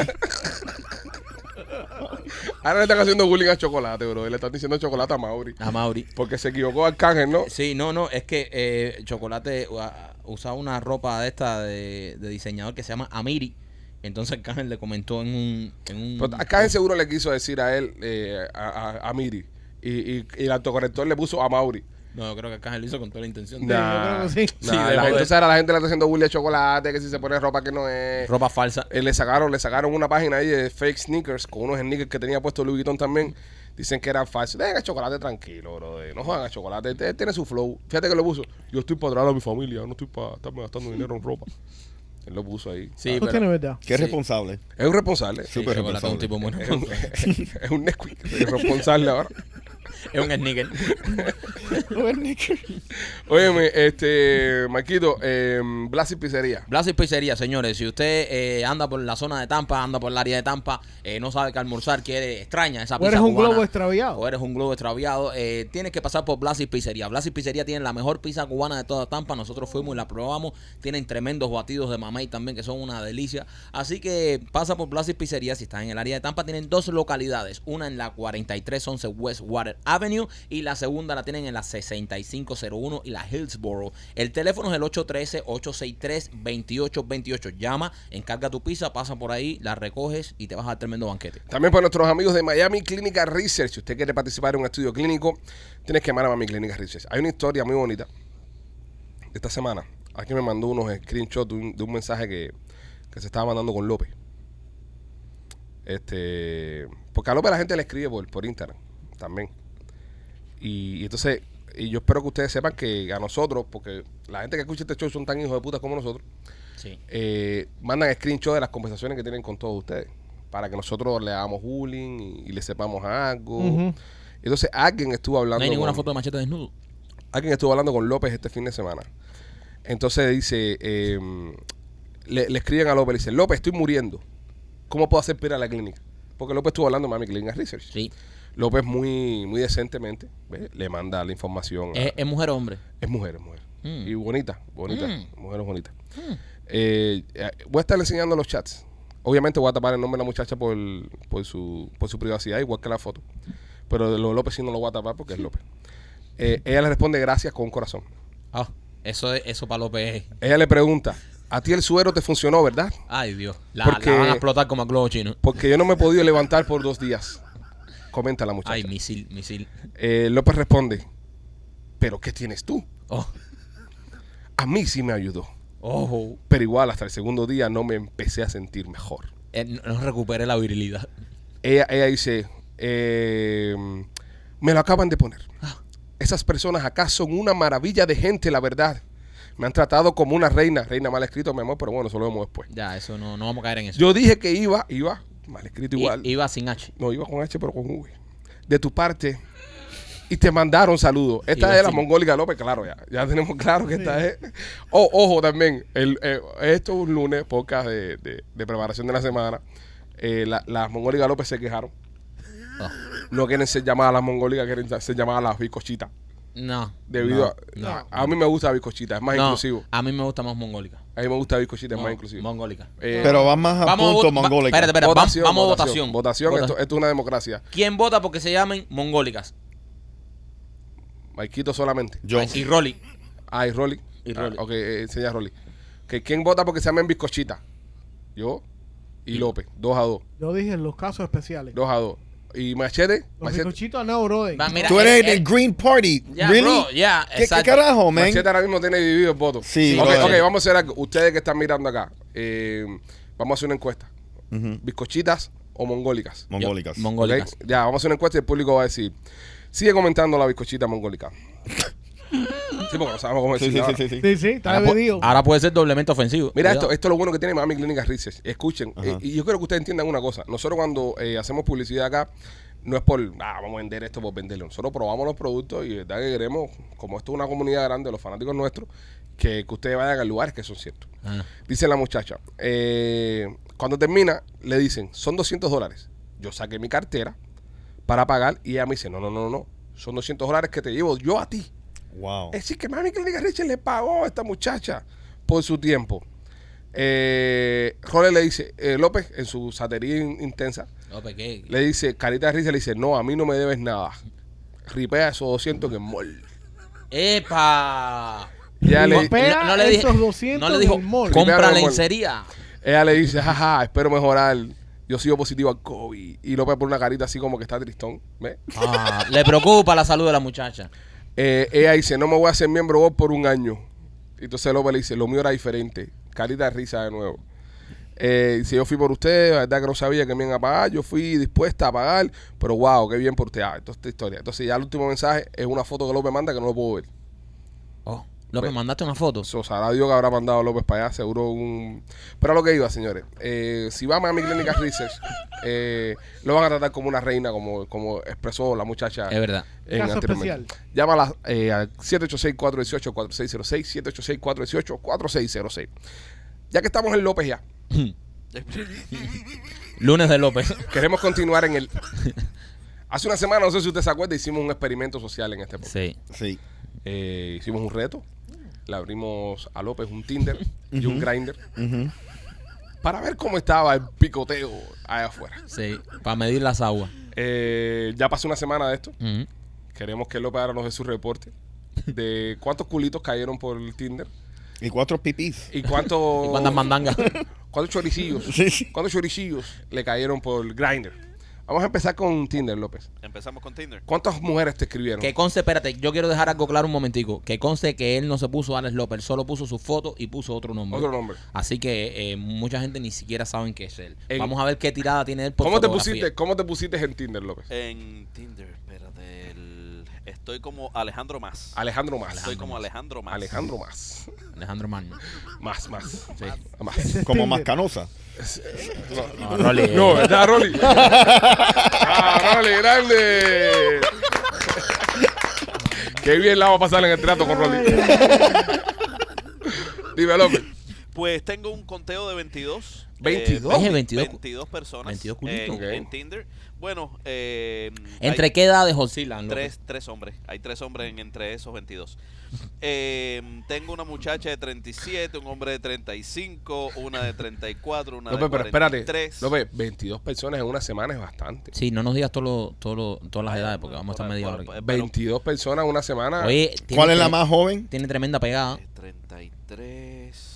S3: Ahora le están haciendo bullying a chocolate, bro. Le están diciendo chocolate a Mauri.
S4: A Mauri.
S3: Porque se equivocó Arcángel, ¿no?
S4: Sí, no, no, es que eh, Chocolate uh, usaba una ropa de esta de, de diseñador que se llama Amiri. Entonces Arcángel le comentó en un... En un
S3: Pero Arcángel Pues seguro le quiso decir a él, eh, a, a- a Miri. Y, y- y el autocorrector le puso a Mauri.
S4: No, yo creo que Arcángel lo hizo con toda la intención. de
S3: Nah,
S5: yo creo que sí.
S3: nah,
S4: Sí,
S3: la
S4: de
S3: gente-
S4: joder.
S3: entonces ahora la gente le está haciendo bullying a chocolate, que si se pone ropa que no es.
S4: Ropa falsa.
S3: Eh, le sacaron, le sacaron una página ahí de fake sneakers con unos sneakers que tenía puesto Louis Vuitton también. Dicen que eran falsos. Dejen a chocolate tranquilo, bro. No juegan a chocolate. Él él tiene su flow. Fíjate que lo puso. Yo estoy para traer a mi familia. No estoy para estarme gastando dinero en ropa. Él lo puso ahí. Ah,
S4: Sí,
S5: Tú
S4: pero...
S5: tienes verdad.
S6: Qué responsable.
S3: Es un responsable.
S4: sí,
S6: súper
S4: Chocolate es un
S6: responsable.
S4: tipo muy
S3: Es un,
S4: responsable.
S3: es un Nesquik. Es responsable ahora.
S4: Es un sneaker.
S3: Óyeme, este, Marquito, eh, Blas y Pizzería.
S4: Blas y Pizzería, señores. Si usted eh, anda por la zona de Tampa, anda por el área de Tampa, eh, no sabe qué almorzar, quiere extraña esa
S5: O
S4: pizza
S5: eres un
S4: cubana,
S5: globo extraviado.
S4: O eres un globo extraviado. eh, tienes que pasar por Blas y Pizzería. Blas y Pizzería tiene la mejor pizza cubana de toda Tampa. Nosotros fuimos y la probamos. Tienen tremendos batidos de mamey también que son una delicia. Así que pasa por Blas y Pizzería si estás en el área de Tampa. Tienen dos localidades. Una en la 4311 West Water Avenue y la segunda la tienen en la 6501 y la Hillsboro. El teléfono es el 813-863-2828. Llama, encarga tu pizza, pasa por ahí, la recoges y te vas al tremendo banquete.
S3: También para nuestros amigos de Miami Clinical Research. Si usted quiere participar en un estudio clínico, tienes que llamar a Miami Clinical Research. Hay una historia muy bonita de esta semana. Aquí me mandó unos screenshots de un, de un mensaje que, que se estaba mandando con López. Este, porque a López la gente le escribe por, por Instagram también. Y, y entonces, y yo espero que ustedes sepan que a nosotros, porque la gente que escucha este show son tan hijos de puta como nosotros,
S4: Sí.
S3: eh, mandan screenshot de las conversaciones que tienen con todos ustedes para que nosotros le hagamos bullying y, y le sepamos algo.
S5: Ujú.
S3: Entonces alguien estuvo hablando.
S4: No hay ninguna
S3: con-
S4: foto de machete desnudo.
S3: Alguien estuvo hablando con López este fin de semana. Entonces dice, eh, le, le escriben a López, le dicen, López, estoy muriendo. ¿Cómo puedo hacer para ir a la clínica? Porque López estuvo hablando de Miami Clinical Research.
S4: Sí.
S3: López muy, muy decentemente ¿ves? le manda la información. a-
S4: ¿Es, es mujer o hombre?
S3: es mujer, es mujer.
S4: Mm.
S3: Y bonita, bonita.
S4: Mm.
S3: Mujeres bonitas. Eh, eh, voy a estar enseñando los chats. Obviamente voy a tapar el nombre de la muchacha por, por, su, por su privacidad, igual que la foto. Pero lo de López sí no lo voy a tapar porque es López. Eh, ella le responde gracias con un corazón.
S4: Ah, eso, es- eso para López es-
S3: Ella le pregunta, a ti el suero te funcionó, ¿verdad?
S4: Ay, Dios. La,
S3: Porque-
S4: la van a explotar como a globo chino.
S3: Porque yo no me he podido levantar por dos días. Comenta la muchacha.
S4: Ay, misil, misil.
S3: Eh, López responde, pero ¿qué tienes tú?
S4: Oh,
S3: A mí sí me ayudó.
S4: ojo.
S3: Pero igual hasta el segundo día no me empecé a sentir mejor.
S4: Eh, no, no recuperé la virilidad.
S3: Ella, ella dice, eh, me lo acaban de poner. Esas personas acá son una maravilla de gente, la verdad. Me han tratado como una reina. Reina mal escrito, mi amor, pero bueno, eso lo vemos después.
S4: Ya, eso no, no vamos a caer en eso.
S3: Yo dije que iba, iba, mal escrito
S4: I-
S3: igual.
S4: iba sin H.
S3: no, iba con H, pero con V. De tu parte. Y te mandaron saludos. Esta
S4: Iba
S3: es la
S4: sin-
S3: Mongólica López, claro, ya. Ya tenemos claro que esta es. Oh, ojo también. El, eh, esto es un lunes, podcast de, de- de preparación de la semana. Eh, la- las Mongólica López se quejaron.
S4: Oh,
S3: No quieren ser llamadas las mongólicas, quieren ser llamadas las bizcochitas.
S4: no.
S3: Debido
S4: no,
S3: a,
S4: no.
S3: a mí me gusta la bizcochita, es más
S4: No,
S3: inclusivo.
S4: A mí me gusta más mongólica.
S3: A mí me gusta la bizcochita, es
S4: No,
S3: más inclusivo.
S4: Mongólica.
S3: Eh,
S6: Pero van más a
S4: Vamos a
S6: Ah,
S4: vot-
S6: punto
S4: va-
S6: mongólica.
S4: espérate, espérate, vam- vamos a votación.
S3: Votación,
S4: Vota-
S3: Esto, esto es una democracia.
S4: ¿Quién vota porque se llamen mongólicas?
S3: Maikito solamente.
S6: Yo.
S4: Ay, Y Rolly.
S3: Ah, y Rolly.
S4: Y Rolly.
S3: Ah, ok, eh, enseña a Rolly. Que ¿Quién vota porque se llamen bizcochita? Yo y López. Dos a dos.
S5: Yo dije en los casos especiales.
S3: Dos a dos. ¿Y Machete?
S5: Los
S3: Machete,
S5: bizcochitos no, brother.
S4: Va, mira,
S6: Tú eres
S4: eh,
S6: el,
S4: eh,
S6: del Green Party.
S4: Ya,
S6: really?
S4: bro, ya,
S6: ¿Qué, qué
S4: exacto.
S6: carajo, man?
S3: Machete ahora mismo tiene dividido el voto.
S6: Sí,
S3: ok,
S6: brother.
S3: ok, vamos a hacer algo. Ustedes que están mirando acá, eh, vamos a hacer una encuesta. ¿Bizcochitas o mongólicas?
S4: yo-
S6: Mongólicas.
S4: Mongólicas.
S3: Ok, Ya, vamos a hacer una encuesta y el público va a decir, sigue comentando la bizcochita mongólica. sí, porque no sabemos cómo
S6: Sí,
S3: decirlo
S6: sí,
S3: ahora.
S6: sí, sí, sí.
S5: Sí, sí,
S3: Ah,
S5: está
S3: pues,
S4: Ahora, pu-
S5: bebido.
S4: ahora puede ser doblemente ofensivo.
S3: Mira
S4: Cuidado.
S3: esto, esto es lo bueno que tiene Miami Clinic Research. Escuchen,
S6: Ajá.
S3: eh, y yo quiero que ustedes entiendan una cosa. Nosotros cuando eh, hacemos publicidad acá, no es por, ah, vamos a vender esto por venderlo. Nosotros probamos los productos y de verdad que queremos, como esto es una comunidad grande, los fanáticos nuestros, que, que ustedes vayan a lugares que son ciertos.
S4: Ah.
S3: Dice la muchacha, eh, cuando termina, le dicen, son 200 dólares. Yo saqué mi cartera para pagar y ella me dice, no, no, no, no, son 200 dólares que te llevo yo a ti.
S6: Wow.
S3: Es decir, que Mami Clínica Richard le pagó a esta muchacha por su tiempo. Eh, Jorge le dice, eh, López, en su satería in- intensa,
S4: López, pues, ¿qué?
S3: le dice, Carita de Risa le dice, no, a mí no me debes nada. Ripea esos 200 en el mall.
S4: ¡Epa!
S3: Ya le,
S5: Papel. Pea
S4: dije-
S5: estos
S4: no
S5: 200
S4: le dijo,
S5: del mall.
S4: compra
S3: Primero del mall.
S4: lencería.
S3: ella le dice, jaja, espero mejorar. Yo sigo positivo al COVID. Y López pone una carita así como que está tristón. ¿ves?
S4: Ah, le preocupa la salud de la muchacha.
S3: Eh, ella dice, no me voy a hacer miembro vos por un año. Y Entonces López le dice, lo mío era diferente. Carita de risa de nuevo. Eh, dice, yo fui por usted, la verdad que no sabía que me iban a pagar, yo fui dispuesta a pagar, pero wow, qué bien por usted. Ah, entonces esta historia. Entonces ya el último mensaje es una foto que López manda que no lo puedo ver.
S4: Oh, López,
S3: Pues-
S4: mandaste una foto.
S3: O sea, Dios que habrá mandado López para allá, seguro un... Pero a lo que iba, señores, eh, si va a Miami Clinic Research, eh, lo van a tratar como una reina, como, como expresó la muchacha.
S4: Es verdad.
S3: en
S5: Caso
S3: anteriormente.
S5: especial.
S3: Llámala eh, al 786-418-4606, 786-418-4606. Ya que estamos en López ya,
S4: Lunes de López.
S3: queremos continuar en el... Hace una semana, no sé si usted se acuerda, hicimos un experimento social en este podcast.
S4: Sí.
S6: Sí.
S3: Eh, hicimos un reto, le abrimos a López un Tinder y un Grinder para ver cómo estaba el picoteo allá afuera.
S4: Sí, para medir las aguas.
S3: Eh, ya pasó una semana de esto.
S4: Ujú.
S3: Queremos que López ahora nos dé su reporte de cuántos culitos cayeron por el Tinder
S6: Y cuatro pipis.
S3: y cuántos...
S4: ¿Y cuántas mandangas?
S3: ¿Cuántos choricillos?
S6: Sí, sí.
S3: ¿Cuántos choricillos le cayeron por Grindr? Vamos a empezar con Tinder, López.
S7: Empezamos con Tinder.
S3: ¿Cuántas mujeres te escribieron?
S4: que conste, espérate, yo quiero dejar algo claro un momentico. Que conste que él no se puso Alex López, él solo puso su foto y puso otro nombre.
S3: Otro nombre.
S4: Así que eh, mucha gente ni siquiera saben qué es él.
S3: En-
S4: Vamos a ver qué tirada tiene él por
S3: ¿Cómo te,
S4: fotografía.
S3: pusiste, ¿Cómo te pusiste en Tinder, López?
S7: En Tinder, espérate. el- Estoy como Alejandro Más.
S3: Alejandro más.
S7: Estoy como Alejandro Más.
S3: Alejandro más.
S4: Alejandro Magno.
S3: Más, más.
S4: Sí.
S3: Más.
S4: Este
S6: Como más canosa.
S4: No, Rolly, eh,
S3: No, está Rolly. ¡Ah, Rolly, grande! Qué bien la vamos a pasar en el trato con Rolly. Dime, López.
S7: Pues tengo un conteo de 22. eh,
S3: 22.
S4: Oye, 22.
S7: 22 personas
S4: 22
S7: en,
S4: culitos.
S7: en
S3: Ok.
S7: Tinder. Bueno, eh,
S4: ¿Entre qué edades oscilan? López?
S7: tres, tres hombres. Hay tres hombres en- entre esos 22. Eh, tengo una muchacha de 37, un hombre de 35, una de 34, una
S3: López,
S7: de
S3: pero espérate.
S7: 43.
S3: López, 22 personas en una semana es bastante.
S4: Sí, no nos digas todo lo- todo lo- todas las edades porque vamos a estar media hora. aquí.
S7: Pero-
S3: 22 personas en una semana.
S4: Oye, tiene
S6: ¿Cuál es la
S4: tre-
S6: más joven?
S4: Tiene tremenda pegada.
S7: Eh, 33.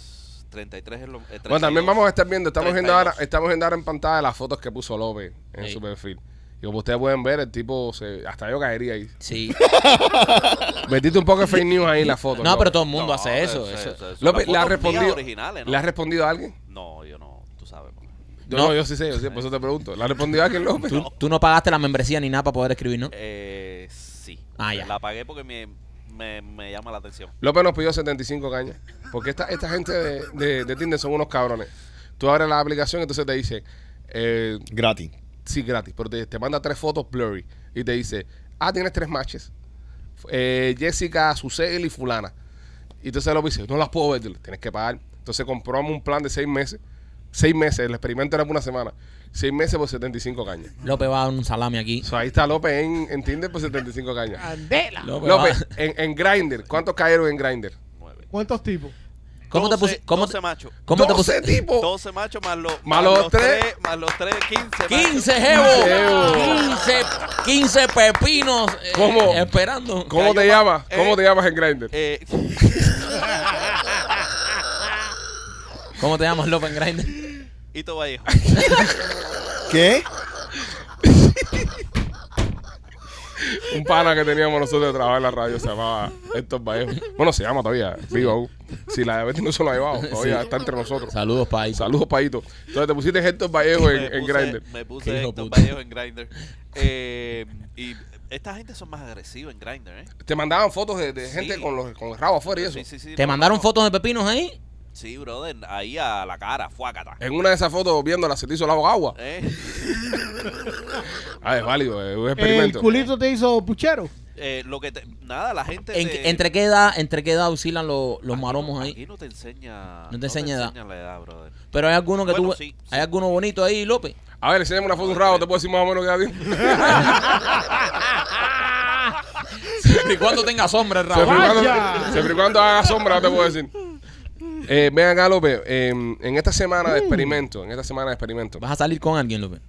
S7: 33 es lo. eh,
S3: Bueno, también
S7: 32.
S3: vamos a estar viendo, estamos viendo, ahora,
S7: 32.
S3: estamos viendo ahora en pantalla las fotos que puso López en
S4: Sí.
S3: su perfil. Y como ustedes pueden ver, el tipo, se, hasta yo caería ahí.
S4: Sí.
S3: Metiste un poco de fake news ahí en la foto.
S4: No, pero
S3: López.
S4: todo el mundo
S7: No,
S4: hace eso.
S7: eso-
S4: eso.
S7: eso- eso-
S3: López,
S7: las
S3: ¿le has,
S7: fotos mías
S3: respondido,
S7: originales, ¿no?
S3: ¿le has respondido a alguien?
S7: No, yo no, tú sabes. porque-
S3: Yo,
S4: No.
S3: no, yo sí sé, yo sé, por eso te pregunto. ¿Le has respondido a alguien, López?
S4: Tú, tú no pagaste la membresía ni nada para poder escribir, ¿no?
S7: Eh, sí.
S4: Ah, ya.
S7: La pagué porque me, me, me llama la atención.
S3: López nos pidió 75 cañas. Porque esta, esta gente de, de- de Tinder son unos cabrones. Tú abres la aplicación y entonces te dice, eh,
S6: Gratis.
S3: sí, gratis, pero te, te manda tres fotos blurry y te dice, ah, tienes tres matches. Eh, Jessica, Susel y fulana. Y entonces lo dice, no las puedo ver, tienes que pagar. Entonces compramos un plan de seis meses. Seis meses, el experimento era por una semana. Seis meses por 75 cañas.
S4: López va a dar un salami aquí.
S3: O sea, ahí está López en, en Tinder por 75 cañas.
S5: Candela.
S4: López,
S3: López,
S4: va-
S3: en, en Grindr, ¿cuántos cayeron en Grindr?
S7: Nueve.
S5: ¿Cuántos tipos?
S4: ¿Cómo te
S7: 12
S4: pusiste? ¿Cómo
S7: 12
S4: te, Oh.
S7: machos.
S4: cómo te
S3: 12
S4: pusiste?
S3: tipos.
S7: 12 machos más, los
S3: Más los tres.
S7: tres, Más los 3, 15.
S4: 15
S7: machos.
S4: jevos.
S3: Jevos.
S4: 15, 15 pepinos eh,
S3: ¿Cómo?
S4: esperando.
S3: ¿Cómo
S7: Cayó
S3: te
S7: ma-
S3: llamas? ¿Cómo
S7: eh,
S3: te llamas en Grindr?
S7: Eh,
S4: ¿Cómo te llamas, López Grindr?
S7: Hito Vallejo.
S6: ¿Qué?
S3: un pana que teníamos nosotros de trabajar en la radio se llamaba Héctor Vallejo. Bueno, se llama todavía, vivo aún. Si la diabetes no se lo ha llevado, todavía
S4: Sí.
S3: está entre nosotros.
S4: Saludos, Pai.
S3: Saludos, Paito. Entonces te pusiste Héctor Vallejo en,
S7: me
S3: en
S7: puse,
S3: Grindr.
S7: Me
S4: Qué
S7: puse
S4: hijo
S7: Héctor
S4: puta.
S7: Vallejo en Grindr. Eh, y esta gente son más agresivos en Grindr, ¿eh?
S3: Te mandaban fotos de, de
S7: Sí.
S3: gente con los con el rabo afuera y eso.
S7: Sí, sí, sí,
S4: ¿Te
S7: no,
S4: mandaron
S7: no.
S4: fotos de pepinos ahí?
S7: Sí, brother, ahí a la cara, fuácata.
S4: Eh.
S3: En una de esas fotos viendo la se te hizo la boca agua.
S7: ¿Eh?
S3: Ah, es válido, es un
S5: El
S3: experimento.
S5: culito te hizo puchero.
S7: Eh, lo que te- nada, la gente.
S4: ¿En-
S7: te-
S4: ¿Entre qué edad, entre qué edad oscilan los, los
S7: Aquí no-
S4: maromos ahí?
S7: Aquí no te enseña.
S4: te enseña edad.
S7: la edad, brother.
S4: Pero hay alguno que
S7: Bueno,
S4: tú...
S7: sí, sí.
S4: Hay alguno bonito ahí, López.
S3: A ver, enséñame una foto de un rabo, te puedo decir más o menos qué edad
S4: Y cuando tenga sombra el
S3: Siempre y
S4: rabo.
S3: cuando-
S5: Vaya.
S3: siempre y cuando haga sombra, te puedo decir. Eh, ven acá, López. eh, en esta semana
S5: Mm.
S3: de experimento, en esta semana de experimento.
S4: Vas a salir con alguien, López.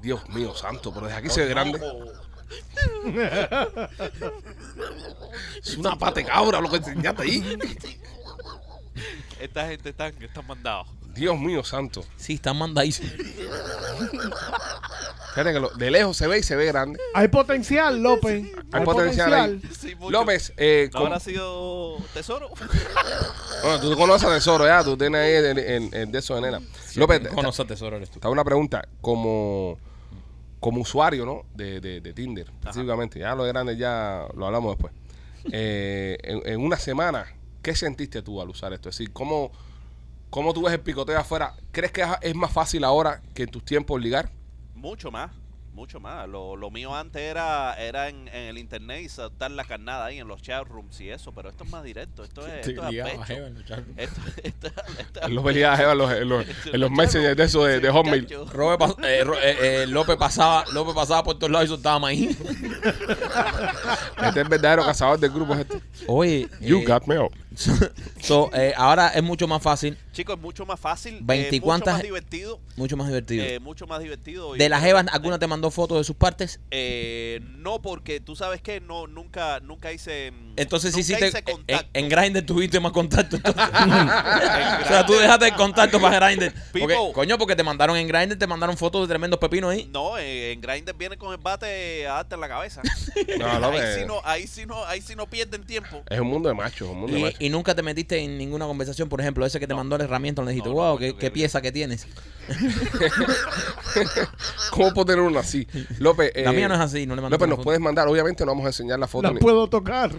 S3: Dios mío, santo, pero desde aquí se ve grande. Es una pata de cabra lo que enseñaste ahí.
S7: Esta gente están, están mandados.
S3: Dios mío, santo.
S4: Sí, están mandadísimos.
S3: Fíjate que lo- de lejos se ve y se ve grande.
S5: Hay potencial, López.
S3: Hay potencial ahí.
S7: Sí, mucho.
S3: López, eh,
S7: ¿No
S3: ¿cómo-
S7: habrá sido tesoro?
S3: Bueno, tú conoces a Tesoro ya, tú tienes ahí el, el- el de eso de nena. López, te-
S4: Conoce tesoro eres tú.
S3: te hago una pregunta. Como, como usuario, ¿no? De, de- de Tinder, específicamente. Ya lo de grande ya lo hablamos después. Eh, en, en una semana, ¿qué sentiste tú al usar esto? Es decir, ¿cómo, cómo tú ves el picoteo afuera? ¿Crees que es más fácil ahora que en tus tiempos ligar?
S7: mucho más, mucho más. Lo, lo mío antes era, era en, en el internet y saltar la carnada ahí en los chat rooms y eso, pero esto es más directo. Esto es, esto es a pecho. Esto, esto, esto es
S3: En los
S7: a
S3: peleadas, Eva, en los, en los, en los messages de eso de, de Hotmail.
S7: pecho.
S4: Robert pas- eh, Ro- eh, eh, López pasaba, López pasaba por todos lados y soltaba maíz.
S3: Este es el verdadero cazador del grupo. es Este.
S4: Oye,
S3: You
S4: eh,
S3: got oh. mail.
S4: so, eh, ahora es mucho más fácil,
S7: Chicos, es mucho más fácil, eh, mucho
S4: Veinticuantas-
S7: más divertido.
S4: mucho más divertido.
S7: eh, mucho más divertido. y-
S4: de las Evas, ¿alguna te mandó fotos de sus partes?
S7: Eh, no, porque tú sabes que no, nunca, nunca hice. mm,
S4: Entonces eh, sí,
S7: nunca
S4: sí te,
S7: hice
S4: en,
S7: contacto.
S4: en Grindr tuviste más contacto. entonces. o sea, tú dejaste el contacto para Grindr. Porque,
S7: People.
S4: coño, porque te mandaron en Grindr, te mandaron fotos de tremendos pepinos ahí.
S7: No, eh, en Grindr viene con el bate a darte en la cabeza.
S3: No, no,
S7: ahí,
S3: me-
S7: sí no, ahí sí no, ahí sí no pierden tiempo.
S3: Es un mundo de machos, un mundo de machos.
S4: Y, y nunca te metiste en ninguna conversación, por ejemplo, ese que te mandó la herramienta, le dijiste,
S7: No, no,
S4: wow,
S7: coño,
S4: qué,
S7: qué
S4: qué
S7: bien".
S4: pieza que tienes.
S3: ¿Cómo puedo tener uno así? López,
S4: La
S3: eh,
S4: mía no es así, no le mandé
S3: López,
S4: una
S3: nos
S4: foto.
S3: puedes mandar, obviamente no vamos a enseñar la foto.
S5: La
S3: ni-
S5: puedo tocar.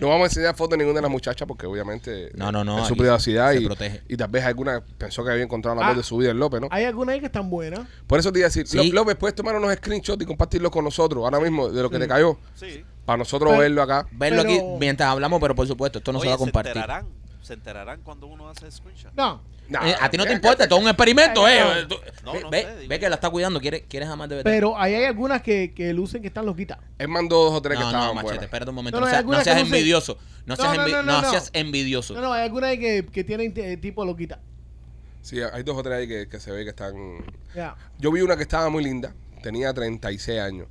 S3: no vamos a enseñar foto de ninguna de las muchachas porque obviamente
S4: No, no, no,
S3: es su
S4: aquí
S3: privacidad
S4: se
S3: y,
S4: protege.
S3: y tal vez alguna pensó que había encontrado la amor
S5: Ah.
S3: de su vida en López, ¿no?
S5: Hay algunas ahí que están buenas.
S3: Por eso te iba a decir,
S4: Sí.
S3: Ló- López, puedes tomar unos screenshots y compartirlos con nosotros ahora mismo de lo que te cayó
S7: Sí.
S3: para nosotros
S5: Pero-
S3: verlo acá.
S4: Verlo
S5: Pero-
S4: aquí mientras hablamos, pero por supuesto, esto no se
S7: Oye,
S4: va a compartir.
S7: enterarán, se enterarán cuando uno hace screenshot.
S5: No.
S3: Nah,
S4: Eh, a ti no te
S3: mira,
S4: importa, esto es un experimento, eh. Tú-
S7: No,
S4: ve,
S7: no
S4: ve-
S7: sé,
S4: ve
S7: digo
S4: que la está cuidando, quieres, quieres amar de verdad.
S5: Pero ahí hay algunas que, que lucen que están loquitas.
S3: Él mandó dos o tres
S4: no,
S3: que
S4: no,
S3: estaban
S4: machete,
S3: buenas.
S4: espérate un momento. No,
S5: No, no, hay
S4: seas, no
S5: algunas
S4: seas
S5: que no sé.
S4: envidioso. No
S5: No,
S4: seas,
S5: no,
S4: envi-
S5: no, no,
S4: no
S5: no.
S4: seas envidioso.
S5: No, no, hay algunas ahí que, que tienen eh, tipo loquita.
S3: Sí, hay dos o tres ahí que, que se ve que están...
S5: Ya.
S3: Yo vi una que estaba muy linda, tenía 36 años,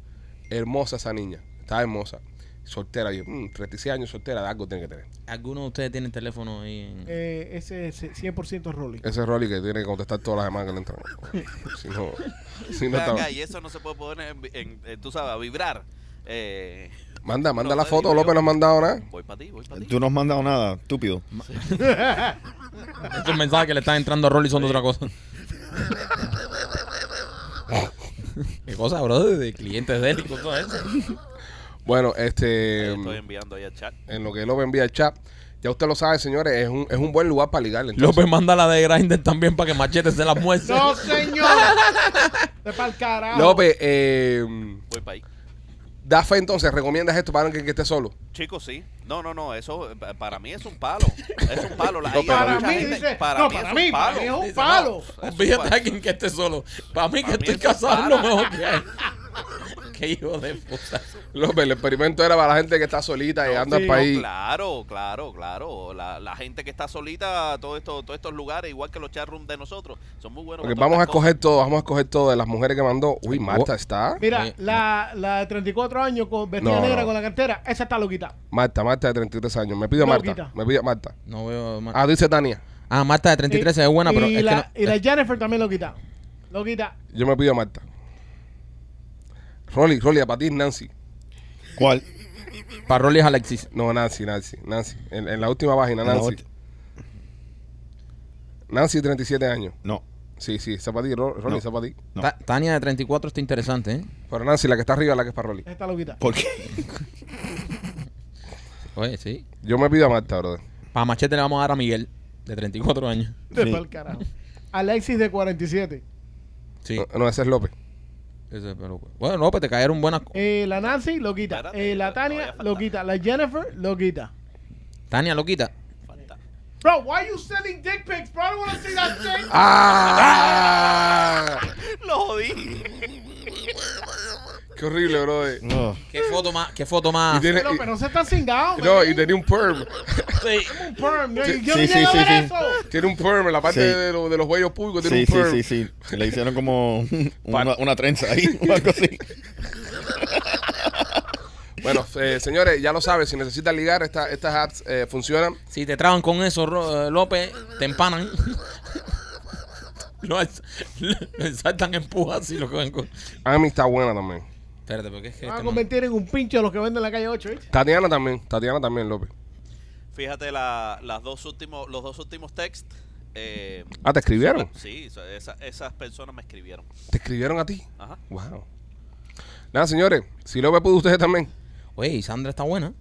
S3: hermosa esa niña, estaba hermosa, soltera, yo, "Mm, 36 años soltera, de algo tiene que tener.
S4: ¿Alguno de ustedes tiene teléfono ahí? en-
S5: Eh, ese es 100% Rolling.
S3: Ese es Rolly que tiene que contestar todas las demás que le entran. si no, si no
S7: Ve
S3: está...
S7: acá, y eso no se puede poner, en, en- eh, tú sabes, a vibrar. Eh,
S3: Manda, manda
S7: No,
S3: la
S7: te
S3: foto,
S7: digo
S3: López
S7: yo.
S3: no ha mandado nada.
S7: voy para ti, voy para ti.
S6: Eh, Tú no has mandado nada, estúpido.
S4: Estos mensajes que le están entrando a Rolly son de otra cosa. ¿Qué cosa, bro? De clientes de él y cosas de esas.
S3: Bueno,
S7: Ahí
S3: este...
S7: Estoy enviando ahí al chat.
S3: En lo que López envía el chat, ya usted lo sabe, señores, es un, es un buen lugar para ligarle. entonces.
S4: López manda la de Grindr también para que Machete se la muestre.
S5: ¡No, señor! ¡Te pa'l carajo!
S3: López, eh,
S7: Voy para ahí.
S3: da fe entonces, recomiendas esto para alguien que esté solo.
S7: Chicos, sí. No, no, no, eso eh, pa- para mí es un palo. Es un palo. La- ahí hay
S5: Para
S7: mucha
S5: mí,
S7: gente-
S5: dice.
S7: para
S5: no,
S7: mí
S5: para
S7: es
S5: mí,
S7: un
S5: para
S7: palo.
S5: mí es un
S7: Dice, no,
S5: palo.
S7: es un
S4: Olvídate
S7: palo.
S4: a quien que esté solo. Para mí que
S7: Para mí
S4: estoy
S7: eso es
S4: casado es lo
S7: para.
S4: mejor que hay. Qué hijo de puta.
S3: López, el experimento era para la gente que está solita llegando
S5: sí,
S3: al
S5: no,
S3: país.
S7: Claro, claro, claro. La, la gente que está solita, todo esto, todos estos lugares, igual que los chat rooms de nosotros, son muy buenos.
S3: Ok,
S7: para
S3: vamos a
S7: todas estas
S3: escoger todo, vamos a escoger todo de las mujeres que mandó. Uy, Marta está.
S5: Mira,
S4: Oye,
S5: la, la de 34 años con vestida
S3: No,
S5: negra
S3: no.
S5: con la cartera, esa está loquita.
S3: Marta, Marta de 33 años. Me pidió Marta.
S5: Loquita.
S3: Me pidió Marta.
S4: No veo más.
S3: Ah, dice Tania.
S4: Ah, Marta de 33
S5: Y-
S4: es buena, pero
S5: y
S4: es
S5: la,
S4: que no-
S5: Y la Jennifer también loquita. Loquita.
S3: Yo me pido Marta. Rolly, Rolly, a ti es Nancy.
S6: ¿Cuál?
S4: Parroli es Alexis.
S3: No, Nancy, Nancy, Nancy. En, en la última página,
S6: En la
S3: Nancy.
S6: otra.
S3: Nancy, 37 años.
S6: No.
S3: Sí, sí, Zapatí, Ro- Rolly,
S6: No.
S3: Zapatí.
S6: No.
S4: Ta- Tania de 34 está interesante, ¿eh?
S3: Pero Nancy, la que está arriba es la que es para Rolly.
S5: Esta loquita.
S6: ¿Por qué?
S4: Oye, sí.
S3: Yo me pido a Marta, brother.
S4: Para machete le vamos a dar a Miguel, de 34 años.
S5: Te fue al carajo. Alexis de 47.
S4: Sí.
S3: No, no, ese es López.
S4: Ese es peluco. Bueno, no, pues te cayeron buenas. co-
S5: Eh, la Nancy, loquita.
S7: Espérate,
S5: Eh, la
S7: todavía
S5: Tania,
S7: falta.
S5: loquita. La Jennifer, loquita.
S4: Tania lo quita.
S7: Falta.
S5: Bro, why are you sending dick pics? Bro, I don't want to see that thing.
S3: ¡Ah!
S7: Lo jodí.
S3: Qué horrible, brother.
S6: No.
S4: ¿Qué foto más? ¿Qué foto
S6: Ah.
S4: más?
S3: Y tiene-
S5: Pero, pero se están cingado.
S3: No,
S5: man.
S3: y tenía un perm.
S5: un perm. Yo,
S3: Sí,
S5: yo
S6: sí,
S5: ni
S6: sí,
S5: quiero
S6: sí,
S5: ver
S6: sí.
S5: eso.
S3: Tiene un perm en la parte
S6: Sí.
S3: de, lo- de los huellos públicos. Tiene
S6: Sí,
S3: un perm.
S6: sí, sí, sí. Le hicieron como una, una trenza ahí o algo así.
S3: Bueno, eh, señores, ya lo sabes. Si necesitas ligar, esta- estas apps eh, funcionan.
S4: Si te traban con eso, Ro- eh, López, te empanan. lo, ex- lo exaltan en pujas y lo cogen con...
S3: Amy está buena también.
S4: Espérate, porque es que...
S5: Van a
S4: este man-
S5: convertir en un pincho a los que venden en la calle 8, ¿viste?
S3: Tatiana también. Tatiana también, López.
S7: Fíjate la, las dos últimos, los dos últimos texts. eh,
S3: Ah, ¿te escribieron?
S7: sí, so- esa- esas personas me escribieron.
S3: ¿Te escribieron a ti?
S7: Ajá.
S3: Wow. Nada, señores. Si López pudo, ustedes también.
S4: Oye, y Sandra está buena.